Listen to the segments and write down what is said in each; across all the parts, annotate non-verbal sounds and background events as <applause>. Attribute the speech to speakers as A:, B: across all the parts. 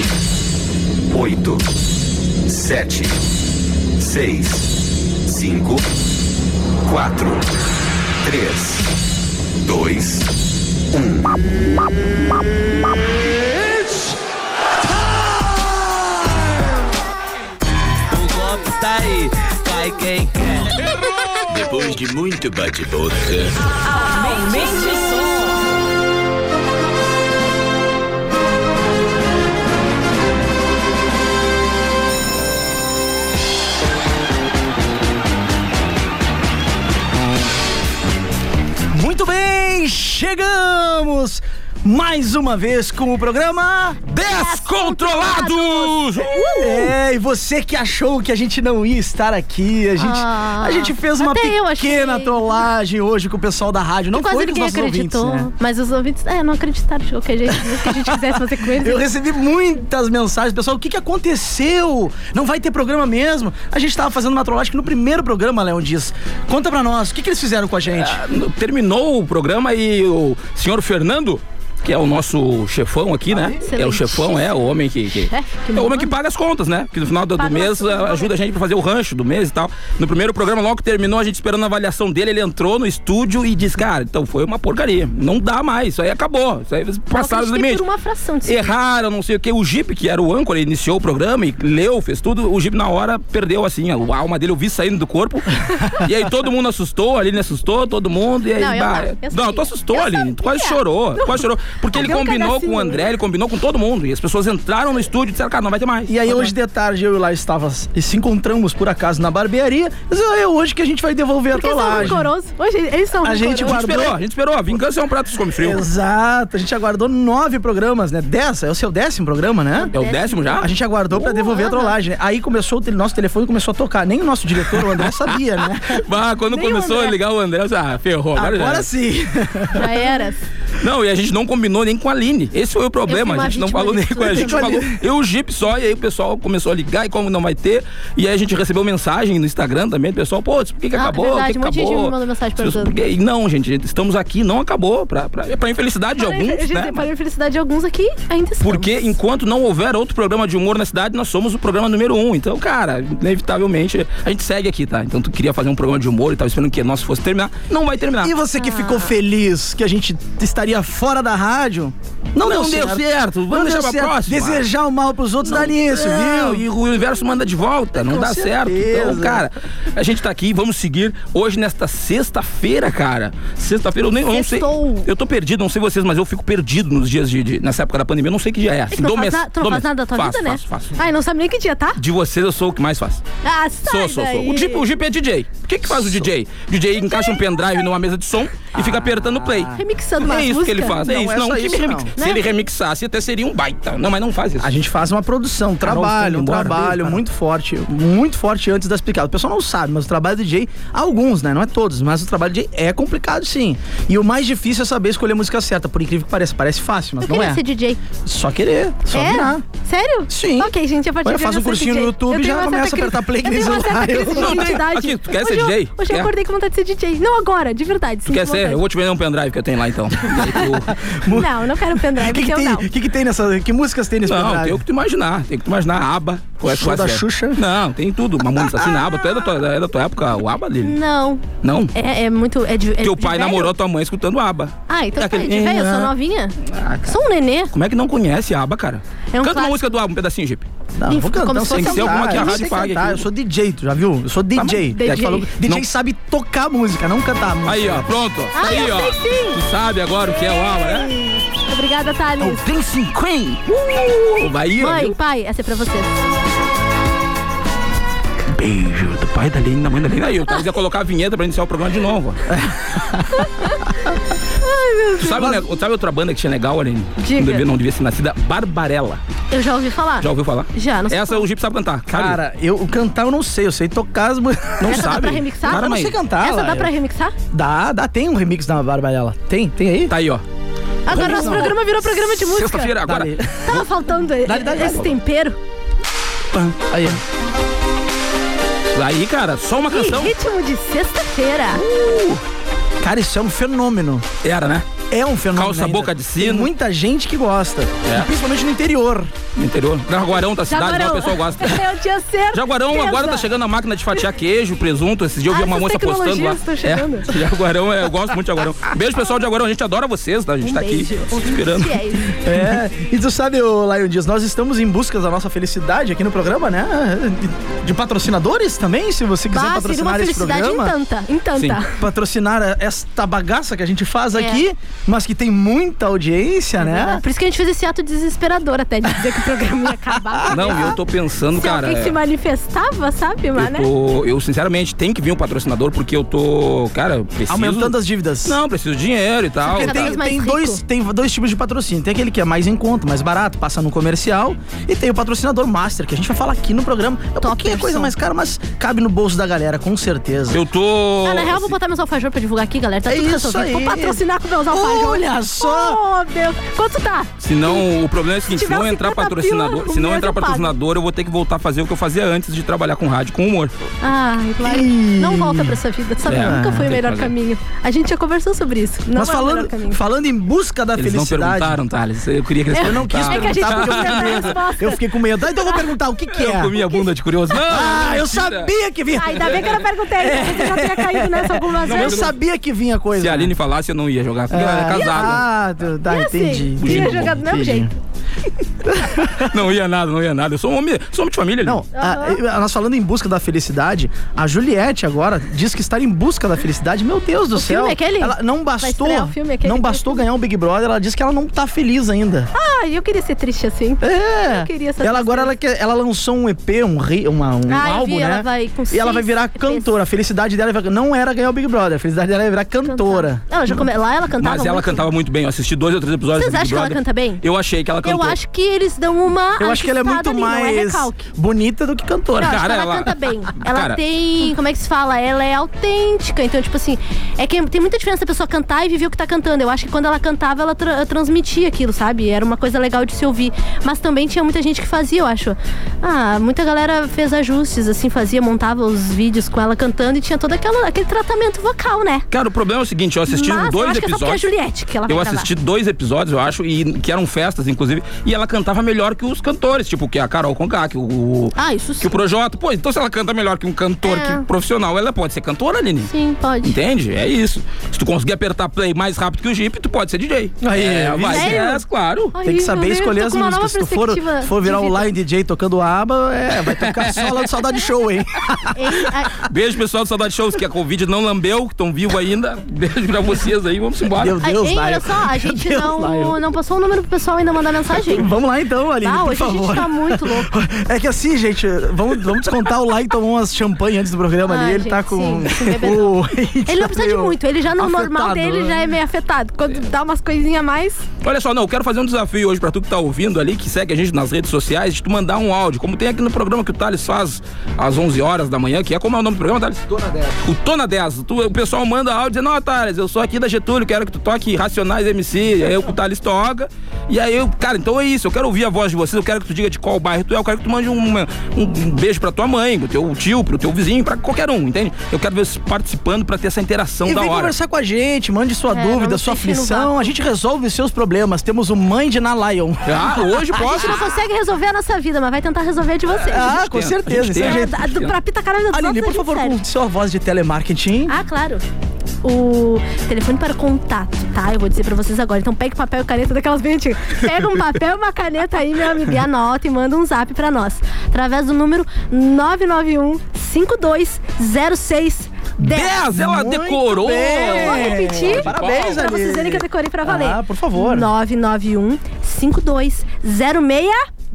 A: nove, oito, sete, seis, cinco, quatro, três, dois, um. It's
B: time! O golpe tá aí, vai quem quer.
C: Depois de muito bate-boca.
D: Aumente o som.
E: Muito bem, chegamos mais uma vez com o programa
F: Descontrolados!
E: Uh! É, e você que achou que a gente não ia estar aqui, a gente,
G: Ah,
E: a gente fez uma
G: até eu
E: pequena
G: achei.
E: trollagem hoje com o pessoal da rádio. Não
G: Quase
E: foi dos
G: ninguém
E: nossos
G: acreditou.
E: ouvintes, né?
G: Mas os ouvintes, é, não acreditaram de qualquer jeito, mesmo que a gente quisesse fazer com eles.
E: Eu recebi muitas mensagens, pessoal. O que, que aconteceu? Não vai ter programa mesmo? A gente tava fazendo uma trollagem que no primeiro programa, Léo Dias. Conta pra nós, o que, que eles fizeram com a gente?
F: Ah, Terminou o programa e o senhor Fernando. Que é o nosso chefão aqui, né? É o chefão, é o homem que. que-
G: Chefe, que
F: é o homem
G: nome.
F: que paga as contas, né? Que no final do, do
G: Paga
F: mês
G: nosso
F: a- ajuda a gente pra fazer o rancho do mês e tal. No primeiro programa, logo que terminou, a gente esperando a avaliação dele, ele entrou no estúdio e disse: Cara, então foi uma porcaria. Não dá mais, isso aí acabou. Isso aí vocês
G: Eu
F: passaram os
G: acreditei
F: limites.
G: por uma fração
F: é
G: de segundo.
F: erraram, não sei o que. O Jeep, que era o âncora, iniciou o programa e leu, fez tudo. O Jeep, na hora, perdeu, assim, a a alma dele eu vi saindo do corpo. e aí todo mundo assustou, ali né, assustou, todo mundo. E aí,
G: Não, eu
F: bah,
G: não, eu
F: não, tu
G: sabia.
F: assustou,
G: Eu
F: ali, tu quase
G: sabia.
F: chorou, tu quase chorou. Porque ele
G: Deu um
F: combinou com
G: cagacinho.
F: o André, ele combinou com todo mundo. E as pessoas entraram no estúdio e disseram, cara, não vai ter mais.
E: E aí hoje de tarde eu e lá estávamos e se encontramos por acaso na barbearia. Mas é hoje que a gente vai devolver
G: Porque
E: a
G: são
E: trollagem.
G: rancorosos. Hoje eles são
E: A gente
F: A gente
G: rancorosos.
E: guardou-
F: esperou, a gente esperou. A vingança é um prato que se come frio.
E: Exato, a gente aguardou nove programas, né? Dez, é o seu décimo programa, né?
F: É o décimo já?
E: A gente aguardou pra devolver a trollagem. né? Aí começou o tel- nosso telefone começou a tocar. Nem o nosso diretor, o
F: <laughs>
E: André, sabia, né?
F: <laughs> Bah, quando
G: Nem o
F: começou a
G: André.
F: ligar o André, eu disse, ah, ferrou. Agora, já
E: Agora
F: era."
E: sim.
G: Já eras.
F: Não, e a gente não combinou nem com a Aline. Esse foi o problema.
G: Eu fui uma
F: A gente não
G: vítima
F: falou nem
G: disso
F: com a
G: tudo.
F: gente.
E: Com a
F: falou
E: Aline.
F: eu, o Jeep só. E aí o pessoal começou a ligar e como não vai ter. E aí a gente recebeu mensagem no Instagram também. O pessoal, pô, por que, que
G: Ah,
F: acabou?
G: verdade,
F: por
G: um monte
F: que
G: de
F: acabou?
G: gente me mandou mensagem
F: Vocês-
G: perguntando.
F: por que- Não, gente, estamos aqui, não acabou. Pra, pra, é pra infelicidade de
G: Para a
F: alguns,
G: gente-
F: né?
G: Para a infelicidade de alguns aqui, ainda estamos.
F: Porque enquanto não houver outro programa de humor na cidade, nós somos o programa número um. Então, cara, inevitavelmente a gente segue aqui, tá? Então tu queria fazer um programa de humor e tava esperando que nosso fosse terminar. Não vai terminar.
E: E você que
F: Ah.
E: ficou feliz que a gente estaria fora da rádio? Não,
F: Não deu certo. Vamos
E: Não
F: deixar
E: deu
F: pra próxima.
E: Desejar o mal pros outros dá nisso,
F: Não,
E: viu?
F: E o universo manda de volta, não
E: Com
F: dá certo. Então,
E: certeza.
F: cara, a gente tá aqui, vamos seguir hoje nesta sexta-feira, cara. Sexta-feira eu nem eu não sei.
G: Sextou.
F: Eu tô perdido, não sei vocês, mas eu fico perdido nos dias de, de- nessa época da pandemia, eu não sei que dia é.
G: Tu não, faz,
F: mês-
G: nada- tu não
F: do
G: faz
F: mês.
G: nada da tua
F: Faço,
G: vida, né?
F: faço, faço.
G: Ai, não sabe nem que dia, tá?
F: De vocês eu sou o que mais faço.
G: Ah, sai
F: Sou, sou,
G: daí.
F: sou. O Jeep, o Jeep é DJ. O que que faz o DJ? O DJ encaixa um pendrive numa mesa de som e fica apertando play.
G: Ah. Remixando umas
F: É isso que ele
G: músicas.
F: faz, é
E: Não
F: isso.
E: é
F: Não,
E: só
F: que
E: isso,
F: remix-
G: Né?
E: não.
F: Se ele remixasse, até seria um baita. Não, mas não faz isso.
E: A gente faz uma produção, um
F: Carol,
E: trabalho, um
F: você tá indo embora,
E: trabalho
F: viu, cara?
E: muito forte, muito forte antes das picadas. O pessoal não sabe, mas o trabalho do DJ, alguns, né? Não é todos, mas o trabalho de DJ é complicado sim. E o mais difícil é saber escolher a música certa, por incrível que pareça. Parece fácil, mas
G: Eu
E: não
G: queria
E: é.
G: ser DJ.
E: Só querer, só
G: é?
E: virar.
G: Sério?
E: Sim.
G: Ok, gente, a partir
E: Olha,
G: de
E: faz
G: agora
E: um
G: eu sou
E: cursinho no
G: DJ.
E: YouTube,
G: Eu tenho
E: já
G: uma certa
E: começa a
G: crise-
E: apertar play que
G: eu
E: nem
G: tenho uma certa
E: usuário.
G: crise de
F: Não, tem-
G: identidade.
F: aqui, tu quer ser
G: Hoje eu-
F: DJ?
G: Hoje eu
F: Quer?
G: acordei com vontade de ser DJ. Não agora, de verdade.
F: Tu quer ser? Eu vou te vender um pendrive que eu tenho lá então.
G: <laughs> Não, não quero pendrive,
E: <laughs> O que,
G: porque
E: que,
G: eu
E: tem,
G: não.
E: que, que tem nessa. Que músicas tem nesse
F: Não,
E: pendrive?
F: tem o que tu imaginar. Tem o que tu imaginar. Aba. Qual é que
E: Show
F: tu
E: da
F: acha?
E: Xuxa?
F: Não, tem tudo. Mamonas Assassina, Aba. Tu é da tua, é da tua época, o Aba dele?
G: Não,
F: Não.
G: Hum. é, é muito. É de, é
F: Teu
G: de
F: pai
G: velho?
F: namorou tua mãe escutando Aba.
G: Ah, então tá,
F: É aquele-
G: de velho, eu sou novinha. sou um nenê.
F: Como é que não conhece Aba, cara?
G: É um
F: Canta uma
G: clássico.
F: música do Aba, um pedacinho, Jeep.
E: Não,
G: Ih,
E: vou
G: como
E: cantar, eu
G: se fosse
E: sei
G: um
E: cantar,
F: alguma que a
E: eu
F: rádio
E: sei
F: paga
E: cantar,
F: aqui.
E: Eu sou DJ, tu já viu? Eu sou DJ.
G: DJ.
E: É que falou- DJ
F: Não.
E: sabe tocar música, não cantar música.
F: Aí, ó, pronto.
G: Ah,
F: aí,
G: eu
F: ó.
G: sei sim.
F: Tu sabe agora o que é o Aba, né?
G: Obrigada, Thales.
F: Dancing Queen. Uh, Bahia.
G: Mãe,
F: viu?
G: pai, essa é pra vocês.
F: Beijo do pai da Lene, da mãe da Lene. Aí, eu tava ia colocar a vinheta pra iniciar o programa de novo. Tu sabe, né, sabe outra banda que tinha legal, Aline?
G: Diga.
F: Não devia, não devia ser nascida. Barbarella.
G: Eu já ouvi falar.
F: Já ouviu falar?
G: Já, não sei
F: Essa
G: falar.
F: o Jeep sabe cantar. Cara,
E: Cara, eu o cantar eu não sei, eu sei tocar as mu- Não
G: Essa dá
F: sabe?
G: pra remixar?
F: Cara,
E: eu não
F: mas-
E: sei Ah, cantar.
G: Essa dá
E: Laia.
G: pra remixar?
E: Dá, dá, tem um remix da Barbarella. Tem, tem aí?
F: tá aí, ó.
G: Agora nosso programa virou programa de música.
F: Sexta-feira, agora.
E: Dá-lhe.
G: Tava faltando
E: Dá-lhe, dá-lhe,
G: esse
E: dá-lhe.
G: tempero.
E: Aí.
F: Aí, cara, só uma
G: E
F: canção.
E: Uh!
G: ritmo de sexta-feira.
E: Cara, isso é um fenômeno.
F: Era, né?
E: é um fenômeno.
F: Calça
E: ainda.
F: boca de sino.
E: Tem muita gente que gosta.
F: É.
E: E principalmente no
F: <laughs>
E: interior.
F: No interior. Jaguarão da cidade, lá o
G: <laughs>
F: pessoal gosta.
G: É
H: Eu tinha certeza.
F: Jaguarão agora tá chegando a máquina de fatiar queijo, presunto. Esse dia eu vi
H: Ah,
F: uma
H: essas
F: moça postando lá.
H: tecnologias tão chegando.
F: É, <laughs> Jaguarão, é, eu gosto muito de Jaguarão. Beijo, pessoal de Jaguarão. A gente adora vocês, tá? A gente
H: Um
F: tá aqui
H: beijo.
F: esperando.
H: Que é isso?
E: É. E tu sabe, ô, Lion Dias, nós estamos em busca da nossa felicidade aqui no programa, né? De patrocinadores também, se você quiser
G: Bah, seria uma
E: patrocinar esse
G: felicidade então.
E: programa.
G: intanta, intanta.
E: patrocinar esta bagaça que a gente faz
G: É.
E: aqui, mas que tem muita audiência, né?
G: Por isso que a gente fez esse ato desesperador até de dizer que o programa ia acabar.
F: <laughs> Não, eu tô pensando,
G: é. Se
F: cara. é.
G: alguém se né? manifestava, sabe, mano?
F: Eu, tô- eu, sinceramente, tem que vir um patrocinador, porque eu tô. Cara, eu preciso.
E: Aumentando as dívidas.
F: Não, preciso de dinheiro e tal.
E: Porque
G: Cada
E: tem,
G: vez mais
E: tem
G: rico.
E: dois, tem dois tipos de patrocínio. Tem aquele que é mais em conta, mais barato, passa no comercial. E tem o patrocinador master, que a gente vai falar aqui no programa. É um pouquinho coisa mais cara, mas cabe no bolso da galera, com certeza.
F: Eu tô.
G: Ah, na real, vou botar meus alfajor pra divulgar aqui, galera. Tá
E: É
G: tudo
E: isso
G: resolvido.
E: aí.
G: Vou patrocinar com meus alfajor.
E: Olha só!
G: Oh, Deus. Quanto tá?
F: Se não, o problema é o seguinte, se
G: tiver
F: não
G: uns
F: entrar
G: 50
F: patrocinador,
G: pila,
F: se não
G: um
F: entrar
G: mês eu pago.
F: patrocinador, eu vou ter que voltar a fazer o que eu fazia antes de trabalhar com rádio, com humor.
G: Ai, claro.
E: Ih.
G: Não volta pra essa vida. Sabe,
F: É,
G: nunca foi
F: tem
G: o
F: que
G: melhor
F: fazer.
G: caminho. A gente já conversou sobre isso. Não
E: mas
G: é o melhor
E: falando,
G: caminho.
E: falando em busca da
F: Eles não
E: felicidade.
F: perguntaram, Thales. Eu queria que eles
E: Eu não quis
F: perguntaram.
G: É que a gente
E: perguntar, porque eu fiquei
G: não quer
E: com
G: dar
E: medo.
G: resposta.
E: Eu fiquei com medo. Ah, Então eu vou perguntar o que, que é.
F: <laughs> Eu comi a bunda de curioso. Não, é
E: Ah, eu
F: mentira.
E: sabia que vinha.
G: Ah, Ainda bem que eu não perguntei, você já teria caído nessa algumas
F: Não,
E: É. Eu
G: vezes.
F: mas-
E: sabia que vinha coisa.
F: Se a Aline falasse, eu não ia jogar. Porque ela era
G: É.
F: casada.
E: Ah, tu- tá,
G: E assim,
E: entendi.
G: tinha
E: entendi.
G: jogado do mesmo
E: Entendi.
G: jeito. Ah.
F: Não ia nada, não ia nada. Eu sou um homem, sou um homem de família.
E: Não,
F: Aline.
E: a- a- nós falando em busca da felicidade, a Juliette agora diz que estar em busca da felicidade, meu Deus do céu.
G: filme é aquele?
E: Ela não bastou,
G: estrear o filme, é aquele
E: não
G: que-
E: bastou ganhar um Big Brother, ela diz que ela não tá feliz ainda.
G: Ah, eu queria ser triste assim.
E: é.
G: eu queria essa
E: ela agora ela, quer- ela lançou um EP, um, re- uma- um
G: Ah, eu
E: álbum,
G: vi,
E: né?
G: ela vai com
E: e ela
G: seis
E: vai virar
G: EPs.
E: cantora. A felicidade dela vai- não era ganhar o Big Brother, a felicidade dela é virar cantora.
G: Não, já come... lá ela cantava
F: Mas ela
G: muito.
F: cantava muito bem. Eu assisti dois ou três episódios.
G: Vocês
F: do Big
G: acham que ela
F: Brother.
G: canta bem?
F: Eu achei que ela
G: Eu
F: cantou.
G: acho que eles dão uma
E: Eu acho que ela é muito
G: artistada Ah, ali, não
E: mais
G: recalque.
E: bonita do que cantora.
G: Não, acho
F: Cara,
G: que ela,
F: ela-
G: canta bem. Ela
F: Cara.
G: tem. Como é que se fala? Ela é autêntica. Então, tipo assim, é que tem muita diferença da pessoa cantar e viver o que tá cantando. Eu acho que quando ela cantava, ela tra- transmitia aquilo, sabe? Era uma coisa legal de se ouvir. Mas também tinha muita gente que fazia, eu acho. Ah, muita galera fez ajustes, assim, fazia, montava os vídeos com ela cantando e tinha todo aquela, aquele tratamento vocal, né?
F: Cara, o problema é o seguinte, eu assisti
G: Mas eu
F: dois
G: acho que é só porque é a
F: episódios.
G: Juliette que ela vai
F: Eu
G: gravar.
F: assisti dois episódios, eu acho, e que eram festas, inclusive, e ela cantava melhor que os cantores, tipo que a Carol Conká, que o.
G: Ah, isso
F: que
G: sim.
F: o Projota. Pô, então se ela canta melhor que um cantor
G: É.
F: que profissional, ela pode ser cantora, Aline.
G: Sim, pode.
F: Entende? É isso. Se tu conseguir apertar play mais rápido que o Jeep, tu pode ser DJ.
E: Aí,
F: é,
E: viu?
F: vai,
G: Sério?
F: é, claro.
G: Ai,
E: Tem que
G: meu
E: saber
G: Deus,
E: escolher
G: tô
E: as
G: com uma nova
E: músicas. Se tu for,
G: perspectiva
E: se for virar
G: de
E: o
G: vida.
E: Line DJ tocando aba, é, vai tocar só lá do Saudade Show, hein?
G: Ei, a-
F: Beijo, pessoal do Saudade Shows, que a Covid não lambeu, que estão vivos ainda. Beijo pra vocês aí, vamos embora.
E: Meu Deus,
G: Hein, olha
E: Lion.
G: só, a
E: Meu
G: gente
E: Deus,
G: não,
E: Lion.
G: não passou o número pro pessoal ainda mandar mensagem.
E: Vamos lá então, Aline,
G: Ah,
E: por
G: hoje a gente
E: favor.
G: tá muito louco.
E: <laughs> É que assim, gente, vamos, vamos descontar o Lion tomou umas champanhe antes do programa ali.
G: Ai,
E: Ele
G: Ah, gente,
E: tá com.
G: sim, bebedor.
E: <laughs> o-
G: Ele não precisa de
E: meio
G: muito, ele já no normal
E: afetado,
G: dele
E: né?
G: já é meio afetado. Quando dá umas coisinhas a mais,
F: Olha só, não, eu quero fazer um desafio hoje pra tu que tá ouvindo ali, que segue a gente nas redes sociais, de tu mandar um áudio, como tem aqui no programa que o Thales faz às 11 horas da manhã, que é como é o nome do programa, Thales? Tona 10. O Tona 10. Tu- o pessoal manda áudio dizendo, ó, Thales, eu sou aqui da Getúlio, quero que tu toque Racionais MC, aí o Thales toca, e aí eu, cara, então é isso, eu quero ouvir a voz de vocês, eu quero que tu diga de qual bairro tu é, eu quero que tu mande uma- um, um beijo pra tua mãe, pro teu tio, pro teu vizinho, pra qualquer um, entende? Eu quero ver vocês participando pra ter essa interação
E: E
F: da
E: vem
F: hora.
E: conversar com a gente, mande sua
G: É,
E: dúvida,
G: vamos
E: sua
G: sentir no
E: aflição.
G: vácuo.
E: A gente resolve os seus problemas. Temos o Mind na Lion.
F: Ah,
E: <laughs>
F: hoje
G: a gente
F: posso.
G: não consegue resolver a nossa vida, mas vai tentar resolver a de vocês.
E: Ah, com
F: tem, a
E: certeza.
F: gente
E: Isso
F: tem.
E: é
G: É,
E: jeito.
G: da- do, pra pita caralho das
E: Aline,
G: outras,
E: por
G: a gente
E: favor,
G: serve.
E: com sua voz de telemarketing.
G: Ah, claro. O telefone para contato, tá? Eu vou dizer pra vocês agora. Então pega papel e caneta daquelas bem antigas. Pega um papel e uma caneta aí, meu amigo, e anota e manda um zap pra nós. Através do número 991 5206
F: 10, ela
E: Muito
F: decorou.
E: bem.
G: Vou repetir.
E: Parabéns,
G: Pra vocês verem
E: Aline.
G: que eu decorei pra valer.
E: Ah, por favor.
G: 991 5206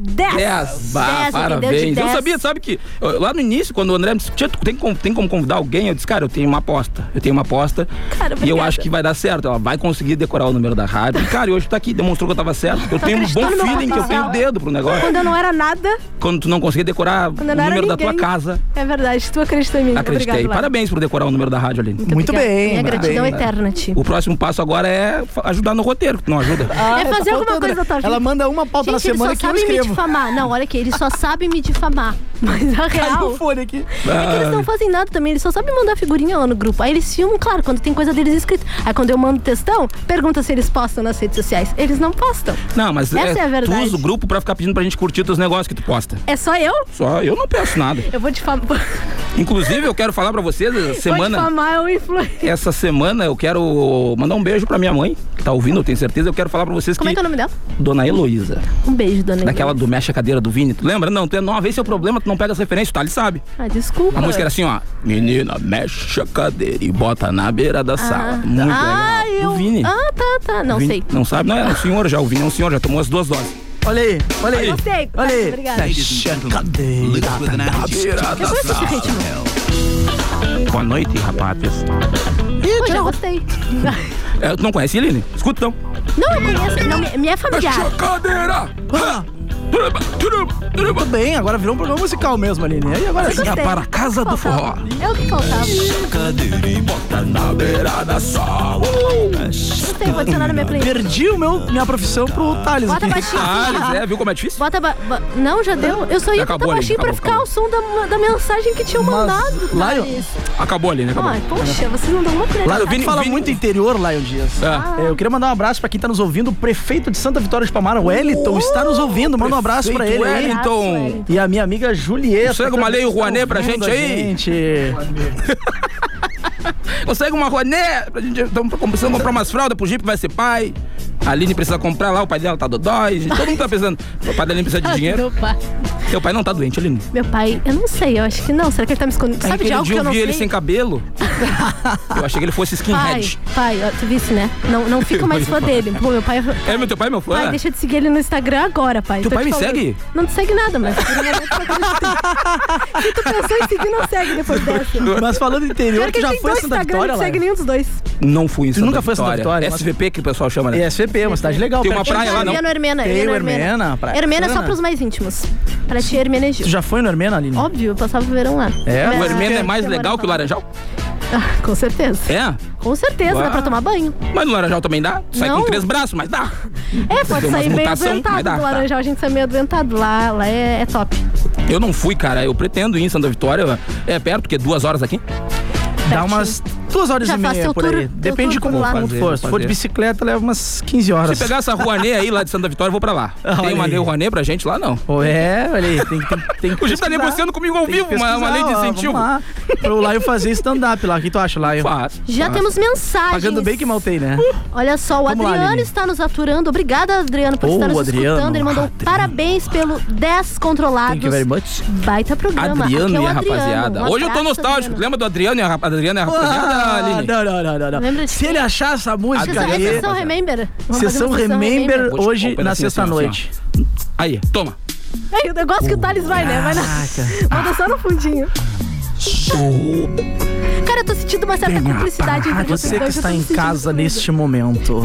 G: 10.
F: 10. Bah,
G: deu de
F: parabéns.
G: 10.
F: Eu sabia, sabe que ó, lá no início, quando o André me disse, "Tia, tu tem como, tem como convidar alguém? Eu disse, cara, eu tenho uma aposta. Eu tenho uma aposta.
G: Cara,
F: e eu
G: obrigada.
F: acho que vai dar certo. Ela vai conseguir decorar o número da rádio. E, cara, e hoje tu tá aqui, demonstrou que eu tava certo. Eu tenho um bom
G: acreditando no meu
F: feeling que eu tenho
G: potencial.
F: o dedo pro negócio.
G: Quando eu não era nada,
F: Quando tu não conseguir decorar o
G: quando eu não era
F: número da tua
G: ninguém.
F: casa,
G: É verdade, tu acreditou em mim.
F: acreditei.
G: Obrigado,
F: parabéns por decorar o número da rádio, Aline.
E: Muito bem,
G: Minha
E: muito
G: gratidão
E: bem.
G: eterna, Ti.
F: O próximo passo agora é fa- ajudar no roteiro, que tu não ajuda.
E: Ah,
G: É fazer alguma
E: faltando, né?
G: coisa da tua vida.
E: Ela manda uma pauta na
G: Gente, eles
E: semana
G: só
E: que eu
G: sabem me
E: escrevo.
G: difamar. <laughs> Não, olha aqui, eles só sabem me difamar. Mas
E: Caiu o
G: a real.
E: fone aqui.
G: É que eles não fazem nada também, eles só sabem mandar figurinha lá no grupo. Aí eles filmam, claro, quando tem coisa deles escrita. Aí quando eu mando textão, pergunta se eles postam nas redes sociais. Eles não postam.
F: Não, mas
G: Essa é a
F: tu
G: verdade.
F: usa o grupo pra ficar pedindo pra gente curtir teus negócios que tu posta.
G: É só eu?
F: Só eu não peço nada.
G: Eu <laughs> vou difamar.
F: Inclusive, eu quero falar pra vocês, essa
G: Vou
F: semana,
G: difamar o influencer.
F: essa semana eu quero mandar um beijo pra minha mãe, que tá ouvindo, eu tenho certeza. Eu quero falar pra vocês
G: Como
F: que.
G: é que é o nome dela?
F: Dona Heloísa.
G: Um beijo, dona Inês.
F: Daquela do Mexe a Cadeira do Vini. Tu lembra? Não, tu é nova, esse é o problema, tu não pega as referências, tá? Ele sabe.
G: Ah, desculpa.
F: A música era assim, ó. Menina, mexe a cadeira e bota na beira da sala. Muito
G: ah,
F: legal.
G: eu.
F: O Vini.
G: Ah, tá, tá. Não
F: Vini-
G: sei.
F: Não sabe? Não, é um senhor já. O Vini é um senhor, já tomou as duas doses.
E: Olha aí, olha aí.
G: Não sei.
E: Olha aí.
G: Obrigada.
E: Cadê?
F: Tá,
G: É, Eu conheço esse ritmo.
F: Boa noite, rapazes.
G: Pô, já gostei.
F: <laughs> É, tu não conhece, Eline? Escuta então.
G: Não, eu conheço. Não, me, me é
F: Mexe a
G: familiar.
F: cadeira!
E: Ah,
F: Turuba, turuba, turuba.
E: tudo bem, agora virou um programa musical mesmo, Aline. Aí agora sim.
G: Gostei.
F: para a casa do forró.
G: É o que faltava.
C: Cadeira e bota na beira da sala.
G: Gostei, vou adicionar na minha playlist.
E: Perdi o meu, minha profissão pro Thales
G: Bota
E: aqui.
G: baixinho. assim,
F: Ah, é, viu como é difícil?
G: Bota ba ba- Não, já deu. Eu só ia
F: Acabou,
G: botar baixinho pra
F: Aline,
G: ficar
F: acabou,
G: o som da, da mensagem que tinham
E: Mas,
G: mandado.
E: Lion-
G: Thales.
F: Acabou ali, né? Acabou.
G: Ai, poxa, vocês não dão uma
E: Lá,
G: crédito.
E: o Vini fala muito interior, Lion Dias.
F: Ah.
E: É, eu queria mandar um abraço pra quem tá nos ouvindo, o prefeito de Santa Vitória de Palmar, o Wellington, está nos ouvindo. Manda um abraço pra ele.
F: Prefeito
E: aí.
F: Wellington.
G: Então.
E: E a minha amiga Julieta. tá
F: Consegue uma
E: uma
F: lei Rouanet pra gente aí? Consegue uma Roné? Pra gente, estamos começando a comprar umas fraldas pro Jeep, vai ser pai. A Aline precisa comprar lá, o pai dela tá dodói. gente, Todo mundo tá pensando. O pai da
G: <laughs>
F: Aline
G: Ah,
F: precisa de dinheiro.
H: Meu pai.
F: Teu pai não tá doente, Aline.
G: Meu pai, eu não sei, eu acho que não. Será que ele tá me escondendo? Sabe de
F: Aquele
G: algo
F: dia
G: que eu não
F: vi
G: sei?
F: ele sem cabelo. Eu achei que ele fosse
G: Pai,
F: skinhead.
G: pai, ó, tu visse, né? Não, não fica mais fã dele. Pô, meu pai.
F: É, meu teu pai é meu fã?
G: Pai, deixa de seguir ele no Instagram agora, pai.
F: Teu
G: Tô
F: pai
G: te
F: me
G: falando.
F: segue?
G: Não te segue nada, mas. por um momento eu acreditei. Se tu pensou em seguir, não segue
F: <laughs>
G: depois dessa.
E: Mas falando interior,
G: Pior
E: tu
G: que
E: já
G: tem
E: foi a
G: dois
E: Santa
G: Instagram,
E: Vitória,
G: não
E: Lion?
F: né?
G: segue nenhum dos dois.
F: Não fui em Santa
E: nunca foi em Santa Vitória, mas-
F: SVP que o pessoal chama, né?
E: É SVP, uma cidade legal.
F: Tem uma
E: pertinho.
F: praia lá, Tá, não?
G: Eu ia no Hermena. eu ia
E: Tem
G: no
E: o Hermena, praia.
G: Hermena é só
E: Bacana.
G: pros mais íntimos. Pra ti, Hermena é Gil.
E: Tu já foi no Hermena, Aline?
G: Óbvio, eu passava o verão lá.
E: É,
F: O
E: Ah,
F: Hermeno é mais
G: semana
F: legal que
G: passada.
F: o Laranjal?
G: Ah, com certeza.
F: É?
G: Com certeza,
F: Uau.
G: dá pra tomar banho.
F: Mas no Laranjal também dá? Tu sai
G: Não.
F: com três braços, mas dá.
G: É, pode
F: umas
G: sair meio
F: mutação,
G: adoentado.
F: mas dá,
G: Do laranjal a gente sai meio adoentado. Lá, lá é, é top.
F: Eu não fui, cara. Eu pretendo ir em Santa Vitória. É perto, porque é duas horas aqui.
E: Dá umas duas horas
G: Já
E: e
G: faz
E: meia
G: teu
E: por
G: tour-
E: aí.
G: teu
E: Depende de
G: tour
E: como
G: por lá.
E: como
F: Fazer,
E: for. Se for de
F: fazer.
E: bicicleta, leva umas 15 horas.
F: Se pegar essa Rouanet aí lá de Santa Vitória, eu vou pra lá. Tem uma
E: aí.
F: lei Rouanet pra gente lá, não.
E: Pô, é, olha aí, tem, tem, tem que
F: O Jeep tá
E: pesquisar.
F: negociando comigo ao
E: Tem que
F: vivo, uma, uma
E: pesquisar,
F: lei de
E: ó,
F: incentivo.
E: Vamos lá, pra eu lá eu fazer stand-up lá. O que tu acha, lá?
F: Faz,
G: Já
F: faz.
G: temos mensagens.
E: Pagando bem que mal tem, né?
G: Olha só, o
E: Vamos lá,
G: Adriano
E: Aline.
G: está nos aturando. Obrigada, Adriano, por
E: Oh,
G: estar nos
E: Adriano.
G: escutando. Ele mandou
E: Adriano.
G: parabéns pelo 10 controlados.
E: Thank you very much.
G: Baita programa.
F: Adriano
G: Aqui é
F: e
G: o
F: a rapaziada.
G: Um
F: Hoje eu tô
G: abraço,
F: nostálgico.
G: Adriano.
F: Lembra do Adriano e a rap- Adriano e a rapaziada,
E: Ah,
F: Aline?
E: não, não, não, não, não.
G: Lembra de
E: Se
G: quem?
E: ele achar essa música
G: Sessão- é
E: aí.
G: Sessão Remember. Vamos fazer um
E: Sessão
G: uma
E: Remember
F: Vou te
E: hoje
F: pôr um
E: na
F: pedacinho assim, ó,
E: sexta-noite.
F: Aí, toma.
G: Ei, o negócio que o Thales vai, né? Vai na... Manda só no fundinho. Cara, eu tô sentindo uma certa cumplicidade entre vocês
E: Você que
G: dois, eu
E: está
G: tô me
E: em
G: sentindo
E: casa
G: incluída.
E: neste momento,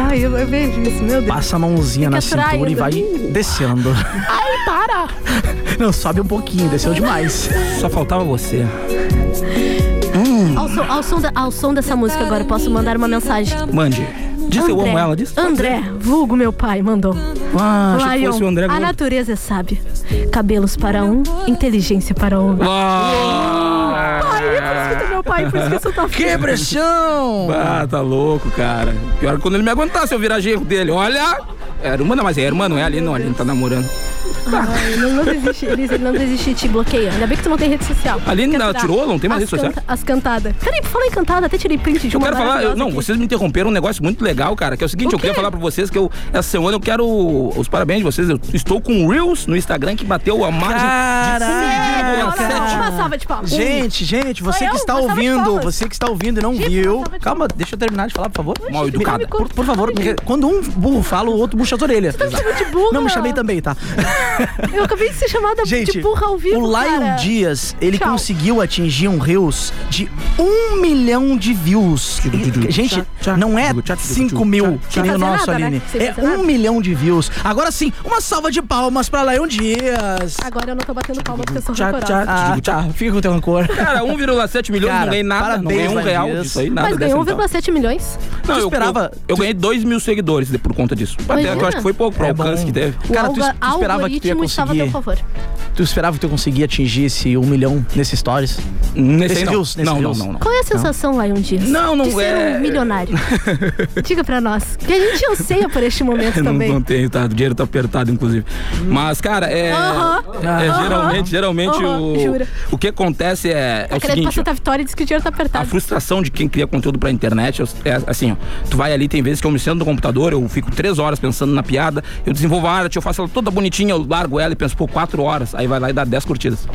G: Ai, eu, eu vejo isso, meu Deus.
E: passa a mãozinha na
G: Fica
E: cintura e vai
G: traindo.
E: descendo. <laughs>
G: Ai, para!
E: Não, sobe um pouquinho, desceu demais.
F: Só faltava você.
G: Ao som, ao som da- ao som dessa música agora, eu posso mandar uma mensagem.
F: Mande. Diz eu amo ela, diz.
G: André, vulgo meu pai, mandou.
F: Ah, achei que
G: Lion,
F: fosse o André
G: a
F: Gomes.
G: natureza é sábia. Cabelos para um, inteligência para outro.
F: Ah,
G: Ai, é por isso que tu é meu pai, por isso que eu sou tua filha.
E: pressão!
F: ah, tá louco, cara. Pior que quando ele me aguentasse, eu virar genro dele. Olha! Era humana, mas é irmã, não é ali, não. Ali não tá namorando.
G: Ai, Ele não desiste, ele, ele não desiste de te bloqueia. Ainda bem que tu não tem rede social.
F: A Aline
G: Quer
F: ainda
G: tirar
F: tirou? Não tem mais
G: as
F: rede social?
G: canta- as cantadas. Peraí, por falar em cantada, até tirei print de
F: Eu
G: uma
F: quero falar, eu-
G: maravilhosa
F: não,
G: aqui.
F: vocês me interromperam um negócio muito legal, cara, que é o seguinte,
G: O
F: eu queria
G: quê?
F: falar pra vocês que eu, essa semana eu quero os parabéns de vocês, eu estou com Reels no Instagram que bateu a margem
E: Caraca!
F: de 5,7.
G: Uma salva de palmas.
E: Gente, gente, você
G: eu,
E: que está
G: uma salva de
E: ouvindo,
G: palmas.
E: você que está ouvindo e não
G: Gente,
E: viu.
G: uma salva de
E: Calma, deixa eu terminar de falar, por favor.
F: Mal educada.
E: Por, por favor, porque quando um burro fala, o outro puxa as orelhas.
G: Tá me chamando de burra.
E: Não me chamei também,
G: <laughs>
E: tá?
G: Eu acabei de ser chamada de
E: Gente,
G: burra ao vivo,
E: o Lion
G: cara.
E: Dias, ele
G: Tchau.
E: conseguiu atingir um Reels de um milhão de views. E, gente, não é cinco mil, que nem o
G: Sem fazer
E: nosso,
G: nada, né?
E: Aline.
G: Sem
E: É
G: fazer nada.
E: um milhão de views. Agora sim, uma salva de palmas pra Lion Dias.
G: Agora eu não tô batendo palma porque eu sou
E: Tchau, tchau.
G: rancorosa.
E: Ah, tá. Fica com o teu rancor.
F: Cara, 1,7 milhões,
E: Cara,
F: não ganhei nada, não
E: parabéns,
F: ganhei um real
E: Valdez.
F: disso aí, nada
G: Mas
F: dessa
G: ganhou
F: então.
G: 1,7 milhões.
F: Não, eu,
E: esperava-
F: eu, eu ganhei 2 mil seguidores de- por conta disso. Até, que eu
G: Imagina.
F: acho que foi pouco pro
E: É
F: alcance
E: bom.
F: que teve.
E: Cara, tu,
G: Alga-
E: tu esperava esperava que tu ia
G: algoritmo estava a teu
E: conseguir.
G: favor.
E: Tu esperava que tu ia conseguir atingir esse um milhão nesse stories?
F: Nesse
E: Nesse
F: Hum, não.
E: Reels, nesse
F: não, não,
E: Reels.
F: não, não.
G: Qual é a sensação, lá um dia?
F: Tá. Não, não
G: de ser
F: é-
G: um
F: <laughs>
G: milionário. Diga pra nós. Que a gente anseia por este momento
F: <laughs> Não,
G: também.
F: não tenho, tá? O dinheiro tá apertado, inclusive. Mas, cara, é.
G: Aham.
F: é, geralmente, geralmente
G: Aham,
F: o.
G: jura.
F: O que acontece é. é
G: Tá
F: o
G: querendo
F: seguinte,
G: passar da vitória e diz que o dinheiro tá
F: a
G: apertado.
F: frustração de quem cria conteúdo pra internet é é assim, ó. Tu vai ali, tem vezes que eu me sento no computador, eu fico três horas pensando na piada, eu desenvolvo a arte, eu faço ela toda bonitinha, eu largo ela e penso, pô, quatro horas. Aí vai lá e dá
G: <laughs>
F: dez curtidas.